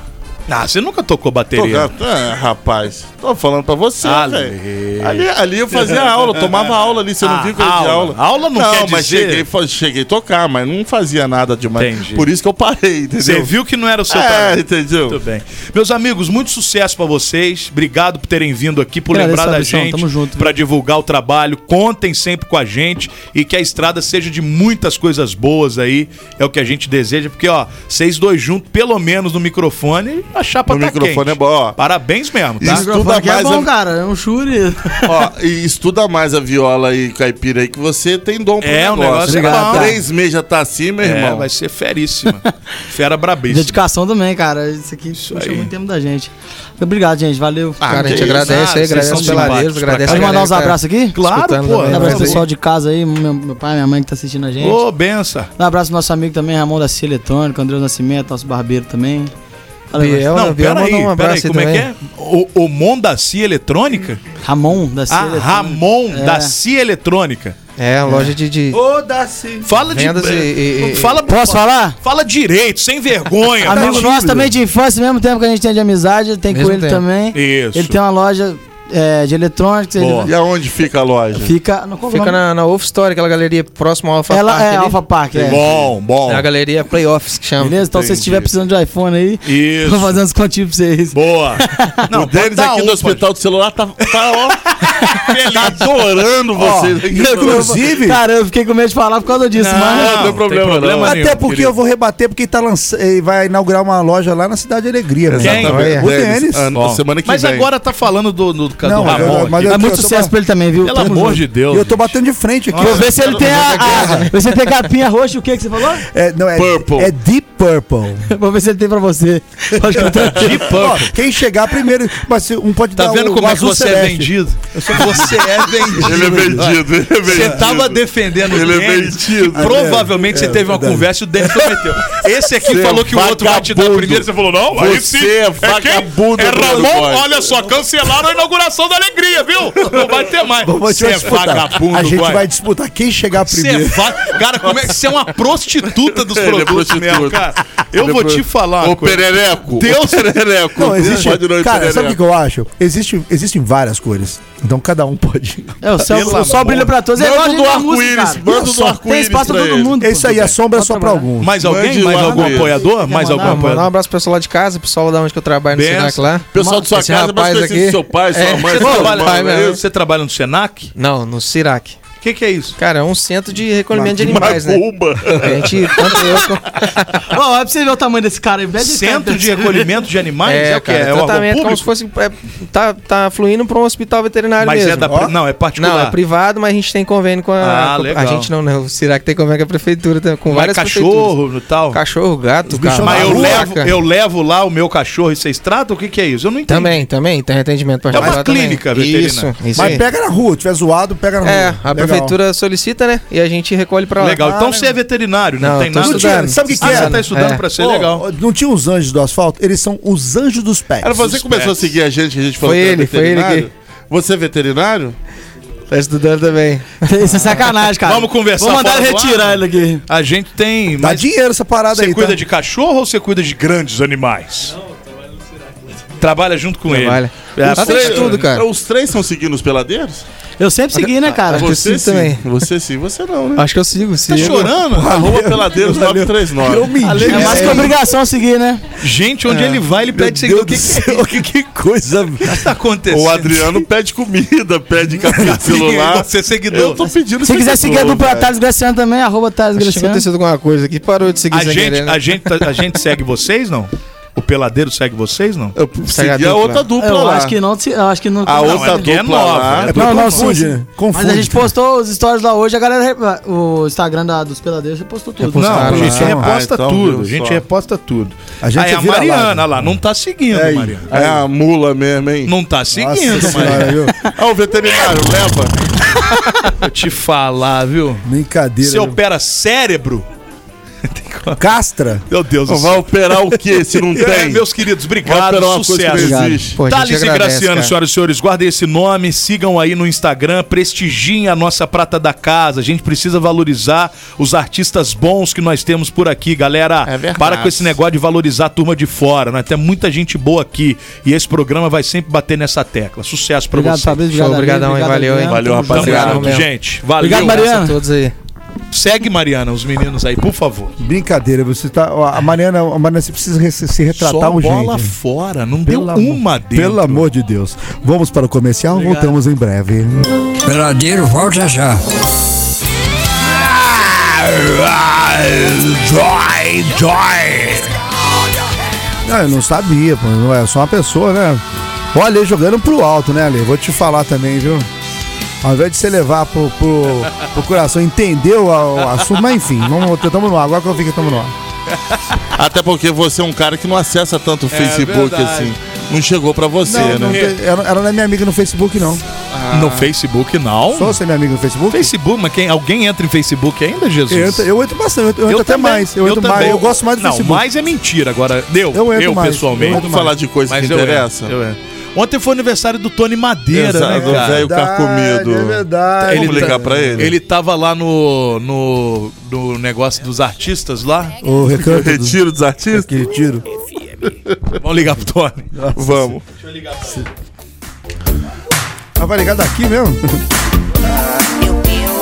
Ah, você nunca tocou bateria. Tô- Ah, rapaz, tô falando pra você, Ale. velho. Ali, ali eu fazia aula, eu tomava aula ali, você não Ah, viu que eu dei aula. aula. Aula não quer mas dizer- cheguei, fa- cheguei a tocar, mas não fazia nada demais. Entendi. Por isso que eu parei, entendeu? Você viu que não era o seu É, talento. entendeu? Muito bem. Meus amigos, muito sucesso pra vocês. Obrigado por terem vindo aqui, por Agradeço lembrar a da opção, gente, tamo junto, pra divulgar o trabalho. Contem sempre com a gente e que a estrada seja de muitas coisas boas aí. É o que a gente deseja, porque ó, vocês dois juntos, pelo menos no microfone, a chapa No tá microfone quente. é bom, ó. Parabéns mesmo, tá? Isso. O microfone aqui é mais bom, a- cara. É um Shure. Ó, e estuda mais a viola e caipira aí, que você tem dom pro É, o negócio é Há bom. Três meses já tá assim, meu É, irmão. vai ser feríssima. Fera brabíssima. Dedicação também, cara. Isso aqui puxa aí. muito tempo da gente. Obrigado, gente. Valeu. Cara, a gente que isso, agradece ah, aí, vocês agradece são os peladeiros, simpáticos pra agradece Pode a mandar uns galera que tá abraços aqui? Claro, escutando pô. também, Um Tá mas abraço aí- pro pessoal de casa aí, meu, meu pai, minha mãe que tá assistindo a gente. Ô, benção. Um abraço pro nosso amigo também, Ramon da Cia Eletrônica, André Nascimento, nosso barbeiro também. Fala aí, Biel, Não, né? Biel peraí, mandou um peraí, abraço aí como é que também. é? O, o Mon da Cia Eletrônica? Ramon da Cia Ah, Eletrônica. Ramon É. da Cia Eletrônica. É, uma loja de... de- Fala de. Vendas e- e- e- fala, Posso falar? fala direito, sem vergonha. Amigo Fala- nosso também de infância, mesmo tempo que a gente tem de amizade, tem Mesmo com ele tempo. também. Isso. Ele tem uma loja é, de eletrônicos, Boa. ele E aonde fica a loja? fica. Não, qual o Fica nome? na, na Wolf Story, aquela galeria próxima ao Alpha Ela Park é ali. Alpha Park, é. Bom, bom. É a galeria Playoffs que chama. Beleza? Então se você Entendi. estiver precisando de iPhone aí, Isso. vou fazer uns continhos pra vocês. Boa. Não, O Denis aqui do Hospital do Celular tá, tá, ó, tá adorando vocês. aqui. Inclusive. Tá, Cara, eu fiquei com medo de falar por causa disso, mas. é não tem problema, não. Até porque eu vou rebater, porque tá lança... eh, vai inaugurar uma loja lá na Cidade de Alegria. né? Quem? O Denis. Ah, na Bom. semana que Mas vem. agora tá falando do, do época Não, do mas eu- Ramon. mas aqui. eu- É muito tô sucesso com- pra ele também, viu? Pelo Tamo amor junto. de Deus. E eu tô batendo de frente aqui. Vou ver se ele tem a. a você tem capinha roxa, o que que você falou? É, não, é, Purple. é Deep Purple. Vou ver se ele tem pra você. Acho que eu tô... Deep Purple. Ó, quem chegar primeiro, mas se um pode Tá dar vendo o, como o é que azul você é celeste. vendido? Você é vendido. Ele é vendido, ele é É, vendido. Você tava defendendo Ele é tênis, vendido. e Provavelmente você teve uma verdade. conversa e o Denis prometeu. Esse aqui Você é falou que o outro vai te dar vagabundo. primeiro. Você falou, não, aí Você sim. é quem? vagabundo, É Ramon, Eduardo Boy. olha só, cancelaram a inauguração da alegria, viu? Não vai ter mais. Vamos Você é disputar. vagabundo, A gente Boy. vai disputar quem chegar Você é primeiro. va... Cara, como é que você é uma prostituta dos Ele é produtos, mesmo, prostituta. cara? Eu Ele é vou pro- te falar. Ô, uma coisa. perereco. Deus- Ô, perereco. Não, existe. Pode não né? ir né, Cara, sabe o que que perereco. eu acho? Existe, existem várias cores. Então cada um pode. É, o sol, Pelo o sol amor. brilha pra todos. É Manda igual a gente na o do música, arco-íris, cara. manda o do Tem arco-íris espaço pra pra todo ele. mundo. É isso aí, a pô. sombra é Pode só pra trabalhar. algum. Mais alguém? Mande Mais lá algum pra ele. apoiador? Quer Mais mandar algum uma- Ah, mandar um apoiador? abraço pro pessoal lá de casa, pro pessoal da onde que eu trabalho no Benção. Senac lá. Pessoal de sua Esse casa, mas rapaz conhecido aqui- do seu pai, sua É. mãe, Você seu trabalha- irmão, não é isso? Você trabalha no Senac? Não, no Sirac. O que, que é isso? Cara, é um centro de recolhimento de animais, né? Macumba. A gente, tanto eu como- Ó, olha é pra você ver o tamanho desse cara. é aí. Pede esse cara Centro pra de você ver. recolhimento de animais? é, É, o que? cara, É órgão tratamento como público? se fosse. é, tá, tá fluindo pra um hospital veterinário Mas mesmo. é da. Ó. pri- Não, é particular. Não, é privado, mas a gente tem convênio com a. Ah, com- legal. A gente não, né? O Sirac tem convênio com a prefeitura, também, com Vai várias prefeituras. cachorro e tal. Cachorro, gato, bichos cavalo, Mas eu levo, vaca. eu levo lá o meu cachorro e vocês tratam? O que, que é isso? Eu não entendo. Também, também, tem atendimento É uma particular também. clínica veterinária. Isso, isso Mas aí. pega na rua, tiver zoado, pega na rua. É, a Legal. prefeitura solicita, né? E a gente recolhe pra lá. Legal. Então Ah, você é veterinário, não, Não, tem tô nada. Não estudando. tinha, sabe o que, que Ah, você é? tá estudando É. pra ser Ó, legal. ó, não tinha os anjos do asfalto? Eles são os anjos dos pés. Cara, você começou a seguir a gente, que a gente falou Foi que era ele, foi ele veterinário? Você é veterinário? Tá estudando também. Isso é sacanagem, cara. Vamos conversar Vamos mandar fora ele do ar? retirar ele aqui. A gente tem. Dá mas dinheiro essa parada você tá aí. cuida tá? de cachorro ou você cuida de grandes animais? Trabalha junto com Trabalha. ele. É, Tá Os três- três- tudo, cara. Os três são seguindo os peladeiros? Eu sempre segui, né, cara? que você sim também. Você sim, você não, né? Acho que eu sigo, Tá sigo. chorando? Arroba peladeiros Eu 939. me É mais que digo. obrigação seguir, né? Gente, onde ele vai, ele pede seguidor. O que, que, que, que coisa. é que tá acontecendo? O Adriano pede comida, pede capinha de celular. Você é seguidor. Eu tô pedindo Se quiser seguir a dupla tá- velho. Thales Graciano também, arroba Thales Acho que Graciano. aconteceu alguma coisa aqui. Parou de seguir A é sem gente, querer, né? a, gente, a gente segue vocês, não? O peladeiro segue vocês, não? Eu Segue a segui a dupla. é outra dupla É, Eu lá. acho que não, se- eu acho que não. A não, outra é porque é dupla nova, lá. é Não, não, sim, confunde, sim. né? Confunde. Mas a gente postou os stories lá hoje, a galera. re- O Instagram da- dos peladeiros, você postou tudo. Não, a Postaram gente lá. reposta Ah, então, tudo. viu A gente só. reposta tudo. A gente Aí a vira lá, Mariana né? lá, não tá seguindo, É aí. Mariana. É a mula mesmo, hein? Não tá Nossa seguindo, Mariana. senhora, viu? Ah, o veterinário, leva. Vou te falar, viu? Brincadeira. Você viu? opera cérebro? Tem como- Castra. Meu Deus do Vai céu. operar o quê se não É, tem? meus queridos, Vai obrigado, operar uma coisa que sucesso. não existe. Pô, a gente Thales e agradece, Graciano, cara. senhoras e senhores, guardem esse nome, sigam aí no Instagram, prestigiem a nossa prata da casa. A gente precisa valorizar os artistas bons que nós temos por aqui, galera. É verdade. Para com esse negócio de valorizar a turma de fora. Nós temos muita gente boa aqui e esse programa vai sempre bater nessa tecla. Sucesso pra Obrigado, vocês. Fabrício. Show, obrigadão, Adriano, hein? Valeu, hein? Adriano. Valeu, Tamo junto. Tamo rapaziada. junto, Obrigado, gente. Valeu. Obrigado, Um abraço Mariana. a todos aí. Segue, Mariana, os meninos aí, por favor. Brincadeira, você tá. ó, A Mariana, a Mariana você precisa re- se retratar Só urgente. bola fora, não Pelo deu amor- uma dentro. Pelo amor de Deus. Vamos para o comercial, voltamos em breve. Peladeiro, volta já. Não, eu não sabia, pô. Não é só uma pessoa, né? Olha, ele jogando pro alto, né, Ale? Vou te falar também, viu? Ao invés de você levar pro, pro, pro coração, entendeu o assunto, mas enfim, vamos, tamo no ar, agora que eu vi que tamo no ar. Até porque você é um cara que não acessa tanto o Facebook verdade. assim. Não chegou pra você, Não, não, né? tem- ela, ela não é minha amiga no Facebook, não. No Facebook, não. Só você é minha amiga no Facebook? Facebook, mas quem, alguém entra em Facebook ainda, Jesus? Eu entro, eu entro bastante, eu entro, eu entro até também, mais. Eu, entro mais, também. eu gosto mais do Não, Facebook. mais é mentira agora. Deu, eu, Eu entro mais, eu pessoalmente. entro Vamos falar de coisa que eu interessa? entro, eu é. entro. Ontem foi aniversário do Tony Madeira, Exato, né, cara? velho. o carcomido. É verdade. tá- Vamos ligar pra ele? Ele tava lá no, no, no negócio dos artistas lá. O Eu recanto do retiro dos artistas? que tiro. Vamos ligar pro Tony. Vamos. Ah, vai ligar daqui mesmo?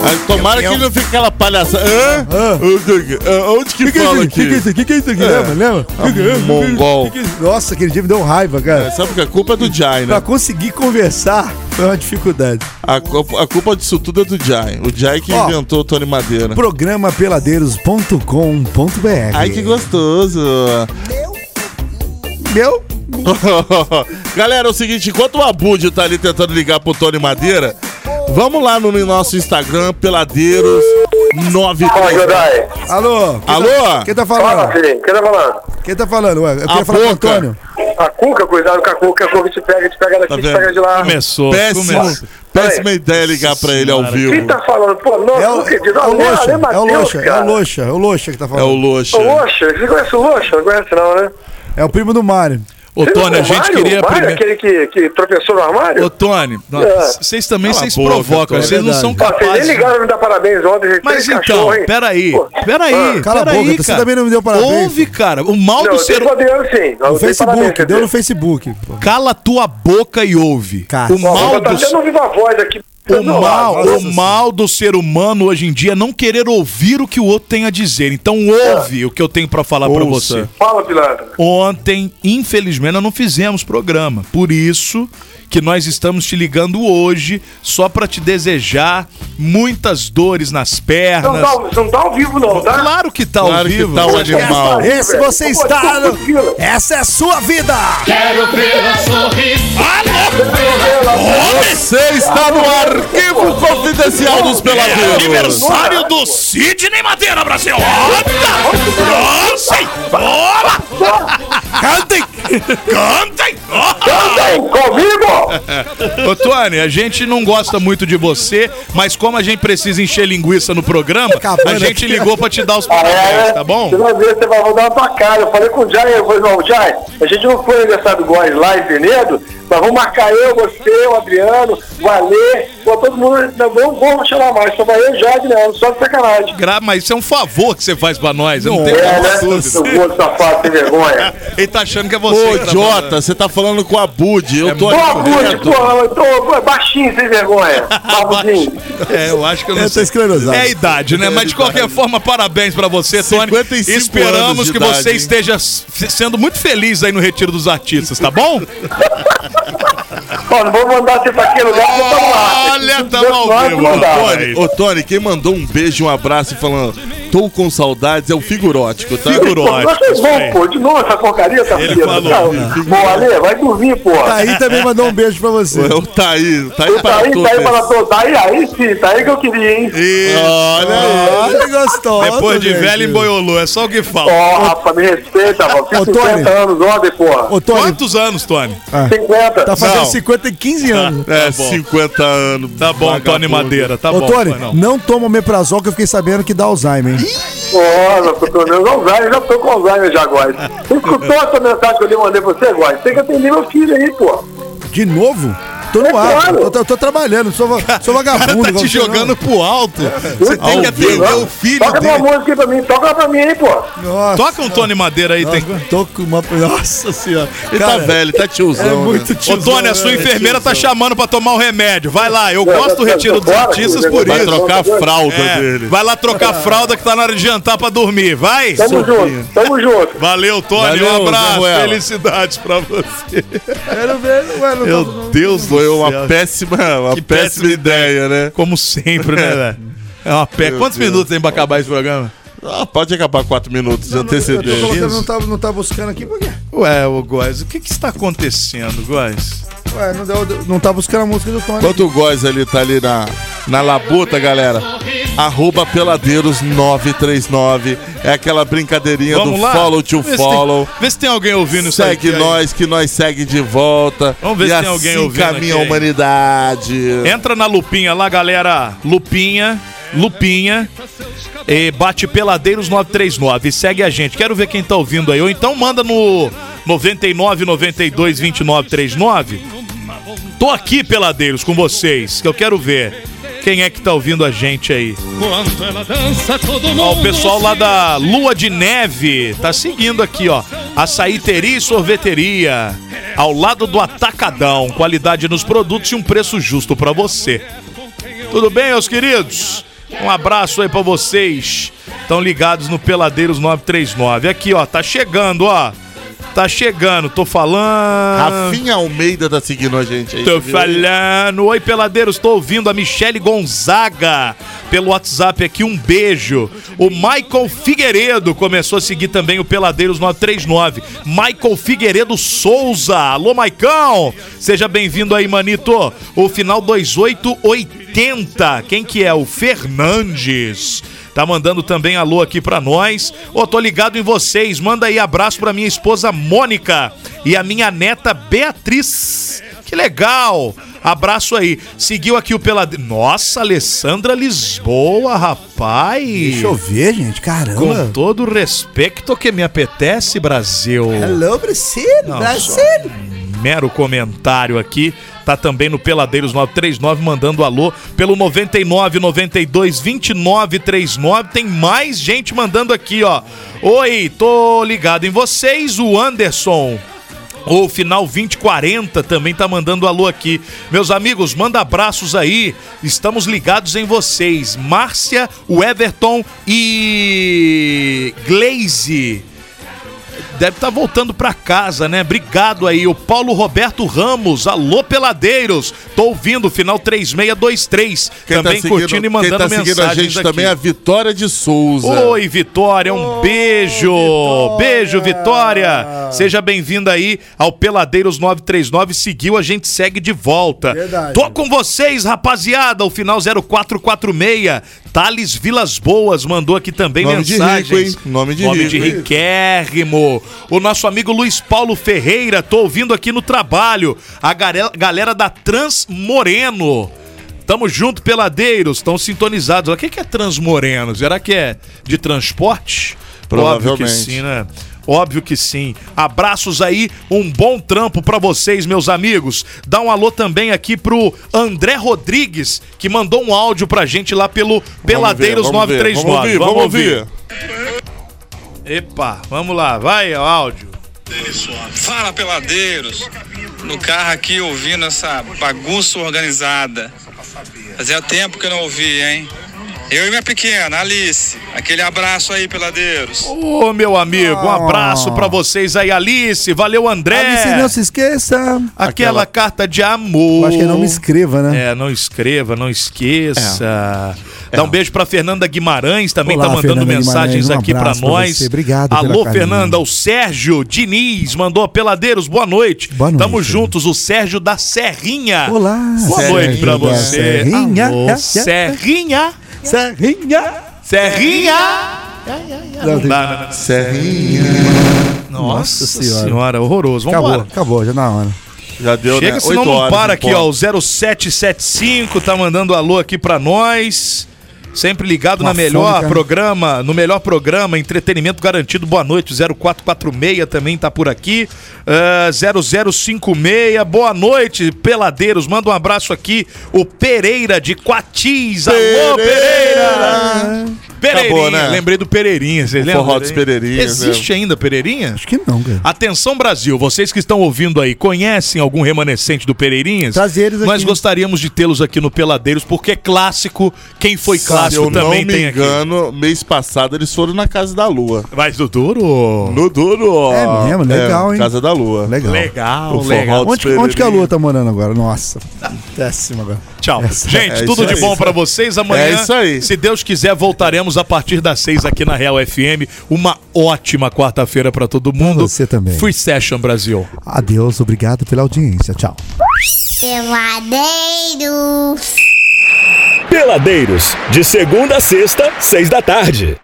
Aí, Ah, tomara que ele não fique aquela palhaça. Hã? O que- que- ah, Onde que fala O que, que é aqui? isso? O que, que é isso aqui? É. Lembra? Lembra? Que que é isso? Mongol. Que que é isso? Nossa, aquele dia me deu raiva, cara. É, Sabe porque a culpa é do Jai, Pra né? conseguir conversar foi uma dificuldade. A, cu- a culpa disso tudo é do Jai. O Jai que Ó. inventou o Tony Madeira. Programapeladeiros.com.br Ai, que gostoso. Meu Galera, é o seguinte, enquanto o Abud tá ali tentando ligar pro Tony Madeira, vamos lá no nosso Instagram, peladeiros 9 Alô? Quem Alô? Tá, quem tá falando? filho, quem tá falando? Quem tá falando? Ué, eu A queria falar com o boca. Antônio. A cuca, cuidado com a cuca, a cuca te pega, te pega daqui, Tá te vendo? pega de lá. Começou, Péssimo, começou. péssima ideia ligar pra ele ao Quem vivo. tá falando? Pô, não, É o, cuca, diz, é o olha, Loxa, olha, é o Mateus, Loxa, é o cara. Loxa, é o Loxa que tá É o falando. Loxa. O Loxa, você conhece o Loxa? Não conhece não, né? É o primo do Mário. Ô, Tony, a O gente Mário? queria O Mário, primeiro. aquele que, que tropeçou no armário? Ô, Tony, nós- É. vocês também Cala a vocês boca, provocam, Tony. vocês não É são Ó, vocês nem capazes. ligaram pra me dar parabéns ontem, gente. Mas Três então, hein? peraí, Pô, peraí, Ah, Cala a peraí, boca, você cara. também não me deu parabéns, Ouve, cara, o mal Não, do eu ser dei poder, sim. Eu No dei Facebook, parabéns, deu no entendeu? Facebook. pô. Cala tua boca e ouve. Cara. O mal Eu tô do até não ouvindo a voz aqui. O mal, ah, Nossa, o mal do ser humano hoje em dia é não querer ouvir o que o outro tem a dizer. Então ouve É. o que eu tenho pra falar pra Ouça. você. Fala, pilantra. Ontem, infelizmente, nós não fizemos programa. Por isso que nós estamos te ligando hoje só pra te desejar muitas dores nas Não pernas. tá, ao- não tá ao vivo, não, tá? é Claro que tá ao Claro que vivo. tá o animal. Esse você está no... Essa é a sua vida! Você está no arquivo confidencial dos É peladeiros. aniversário do Sidney Madeira, Brasil! Anda! Dancem! Bola! Cantem! Cantem! Andem comigo! É, Ô, Tony, a gente não gosta muito de você, mas como a gente precisa encher linguiça no programa, a Acabando gente aqui. ligou pra te dar os Ah, é, parabéns, né? tá bom? Você vai ver, você vai rodar na tua cara. Eu falei com o Jai, eu falei, não, Jai, a gente não foi no aniversário do Góes lá em Venedo, mas vamos marcar eu, você, o Adriano, o Alê, pô, todo mundo, não vamos, vamos chamar mais, só vai eu e o Jai, Adriano, só de sacanagem. Gra mas isso é um favor que você faz pra nós, eu não tenho É, né? nenhuma dúvida. Seu gordo safado, sem vergonha. Ele tá achando que é você. Ô, que tá Jota, você tá falando com a Bud. Eu tô Pô, Bud, correto. porra, eu tô, pô, é baixinho, sem vergonha. falando. Babuzinho. É, eu acho que eu não Eu tô sei. esclerosado. É a idade, né? Mas de qualquer forma, parabéns pra você, Tony. 55 anos Esperamos de que idade, você hein? esteja s- sendo muito feliz aí no retiro dos artistas, tá bom? Ó, não vou mandar você pra aquele lugar, porque tamo Então lá. Olha, Se tamo fosse ao nós, vivo, não mandava. rapaz. Tá Tony, ô, Tony, quem mandou um beijo, um abraço e falando tô com saudades é o figurótico, tá? Pô, nós Figurótico. vocês vão, pô, de novo essa porcaria, tá Ele fudido. falou, né? Não, Bom, Ale, vai dormir, pô. Tá aí também mandou um beijo pra você. É o Thaí, né? Thaí Tá para aí, tá aí, todos. para todos. Tá aí, aí sim, tá aí que eu queria, hein? E- Olha aí. Olha, gostosa, Depois de Ah, gente. velho emboiolou, é só o que Ó, falta. rapaz, me respeita, pô. Fiz Ô, Tony. 50 anos ontem, pô. Ô, Tony, Quantos anos, Tony? 50. tá fazendo Não. 50 e 15 anos. Tá É, Tá bom. 50 anos. Tá bom, Tony vagabundo. Madeira, tá Ô, bom. Tony, Tony, não. toma o meprazol que eu fiquei sabendo que dá Alzheimer, hein? Ó, já tô pelo menos Alzheimer, já tô com Alzheimer já, Góis. Você escutou essa mensagem que eu lhe mandei pra você, Góis? Tem que atender meu filho aí, pô. De novo? Tô no É ar, claro. eu tô, eu tô trabalhando, sou, va- sou vagabundo. tá igual te você, jogando pro alto. Você tem que Ao vivo, atender ó. o filho Toca dele. uma música aí pra mim, toca uma pra mim aí, pô. não. Nossa, Toca um Tony Madeira aí, tem. tô com uma... Nossa senhora. Ele Cara, tá velho, tá tiozão. É né? muito Ô, tiozão, Tony, a né? sua enfermeira tá chamando pra tomar o remédio. Vai lá, eu Eu gosto do tô- retiro tô dos fora, artistas filho, por eu tá Vai tô- isso. trocar a fralda É, dele. vai lá trocar a fralda que tá na hora de jantar pra dormir, vai! Tamo junto, tamo junto. Valeu, Tony, Valeu, um abraço, Samuel. felicidades pra você. Quero ver, ué, não tô- Meu Deus, foi uma céu. péssima, uma Que péssima péssima ideia, né? Como sempre, né, velho? É uma pé. Meu Quantos Deus. minutos tem pra acabar esse programa? Ah, pode acabar quatro minutos de Eu tô colocando, antecedência. não tá, não tá buscando aqui, por quê? Ué, ô Góis, o que que está acontecendo, Góis? Ué, não, deu- não tá buscando a música do Tony. Enquanto o Góis ali tá ali na, na labuta, galera, arroba peladeiros939. É aquela brincadeirinha Vamos do lá? follow to Vê se tem- follow. vê se tem alguém ouvindo isso Segue aqui aí. nós, que nós segue de volta. Vamos ver e se tem assim alguém ouvindo caminha a aqui É. aí. humanidade. Entra na Lupinha lá, galera. Lupinha, Lupinha. E bate Peladeiros 939. Segue a gente. Quero ver quem tá ouvindo aí. Ou então manda no 99 92 29 39. Tô aqui, Peladeiros, com vocês, que eu quero ver. Quem é que tá ouvindo a gente aí? Ó, o pessoal lá da Lua de Neve tá seguindo aqui, ó. Açaíteria e sorveteria. Ao lado do Atacadão. Qualidade nos produtos e um preço justo pra você. Tudo bem, meus queridos? Um abraço aí pra vocês. Estão ligados no Peladeiros 939. Aqui, ó, tá chegando, ó. Tá chegando, tô falando. Rafinha Almeida tá seguindo a gente aí. Tô você viu aí? falando. Oi, peladeiros, tô ouvindo a Michele Gonzaga pelo WhatsApp aqui. Um beijo. O Michael Figueiredo começou a seguir também o Peladeiros 939. Michael Figueiredo Souza. Alô, Maicão. Seja bem-vindo aí, Manito. O final 2880. Quem que é? O Fernandes. Tá mandando também alô aqui pra nós. Ô, tô ligado em vocês. Manda aí abraço pra minha esposa Mônica e a minha neta Beatriz. Que legal! Abraço aí. Seguiu aqui o Pelade. Nossa, Alessandra Lisboa, rapaz. Deixa eu ver, né? gente. Caramba. Com todo o respeito que me apetece, Brasil. Hello, Brasil. Não, Brasil. Mero comentário aqui. Tá também no Peladeiros 939 mandando alô pelo 99 92 29 39. Tem mais gente mandando aqui, ó. Oi, tô ligado em vocês, o Anderson. O final 2040 também tá mandando alô aqui. Meus amigos, manda abraços aí. Estamos ligados em vocês. Márcia, o Everton e Glaze deve estar voltando para casa, né? Obrigado aí, o Paulo Roberto Ramos, alô peladeiros. Tô ouvindo, final 3623. Quem também tá curtindo seguindo, e mandando quem tá seguindo mensagens a gente aqui. também é a Vitória de Souza. Oi, Vitória, um beijo. Beijo, Vitória. Seja bem-vinda aí ao Peladeiros 939. Seguiu, a gente segue de volta. Verdade. Tô com vocês, rapaziada. O final 0446. Thales Vilas Boas mandou aqui também Nome de mensagens. rico, hein? Nome de rico, hein? rico riquérrimo. O nosso amigo Luiz Paulo Ferreira, tô ouvindo aqui no trabalho. A gare- galera da Trans Moreno. Tamo junto, peladeiros, estão sintonizados. O que que é Trans Moreno? Será que é de transporte? Óbvio que Provavelmente. sim, né? Óbvio que sim. Abraços aí, um bom trampo pra vocês, meus amigos. Dá um alô também aqui pro André Rodrigues, que mandou um áudio pra gente lá pelo Peladeiros vamos ver, 939. Vamos ouvir, vamos ouvir. Epa, vamos lá, vai ó, áudio. Fala peladeiros! No carro aqui ouvindo essa bagunça organizada. Fazia tempo que eu não ouvi, hein? Eu e minha pequena, Alice. Aquele abraço aí, peladeiros. Ô, meu amigo, um abraço pra vocês aí, Alice. Valeu, André. Ah. Alice, não se esqueça. Aquela, carta de amor. Eu acho que ele não me escreva, né? É. É, não escreva, não esqueça. Dá um beijo pra Fernanda Guimarães, também Olá, tá mandando Fernanda mensagens Guimarães, um aqui pra abraço pra nós. você, obrigado pela Alô, carinha. Fernanda, o Sérgio Diniz mandou peladeiros, boa noite. Boa noite. Tamo juntos, o Sérgio da Serrinha. Olá. É. Boa Sérgio noite pra da você. Serrinha. Alô, É, é, é. Serrinha. Serrinha. Serrinha. Não dá, né? Serrinha. Nossa Senhora. senhora, horroroso. Vamos Acabou, acabou, já na hora. Já deu, Chega, né? senão Oito não horas para em aqui, ponto. ó. O 0775 tá mandando alô aqui pra nós. Sempre ligado Uma na melhor fome, cara. programa, no melhor programa, entretenimento garantido. Boa noite, o 0446 também tá por aqui. Ah, 0056, boa noite, peladeiros. Manda um abraço aqui, o Pereira de Quatis. Alô, Pereira! Pereirinha, Acabou, né? lembrei do Pereirinha, vocês lembram? Forró dos Pereirinhas, é. Existe ainda Pereirinha? Acho que não, cara. Atenção Brasil, vocês que estão ouvindo aí, conhecem algum remanescente do Pereirinhas? Traz eles aqui. Nós gostaríamos de tê-los aqui no Peladeiros, porque é clássico, quem foi Se clássico eu não também me tem aqui. engano, mês passado eles foram na Casa da Lua. Mas do duro. No duro, ó. É mesmo? Legal, hein? Casa da Lua. Legal. Legal, O forró legal. do- Onde, onde que a Lua tá morando agora? Nossa. Péssimo agora. Tchau. Essa- Gente, é tudo isso de aí. bom pra vocês. Amanhã, É isso aí. se Deus quiser, voltaremos a partir das seis aqui na Real FM. Uma ótima quarta-feira pra todo mundo. você também. Free Session Brasil. Adeus, obrigado pela audiência. Tchau. Peladeiros. Peladeiros, de segunda a sexta, seis da tarde.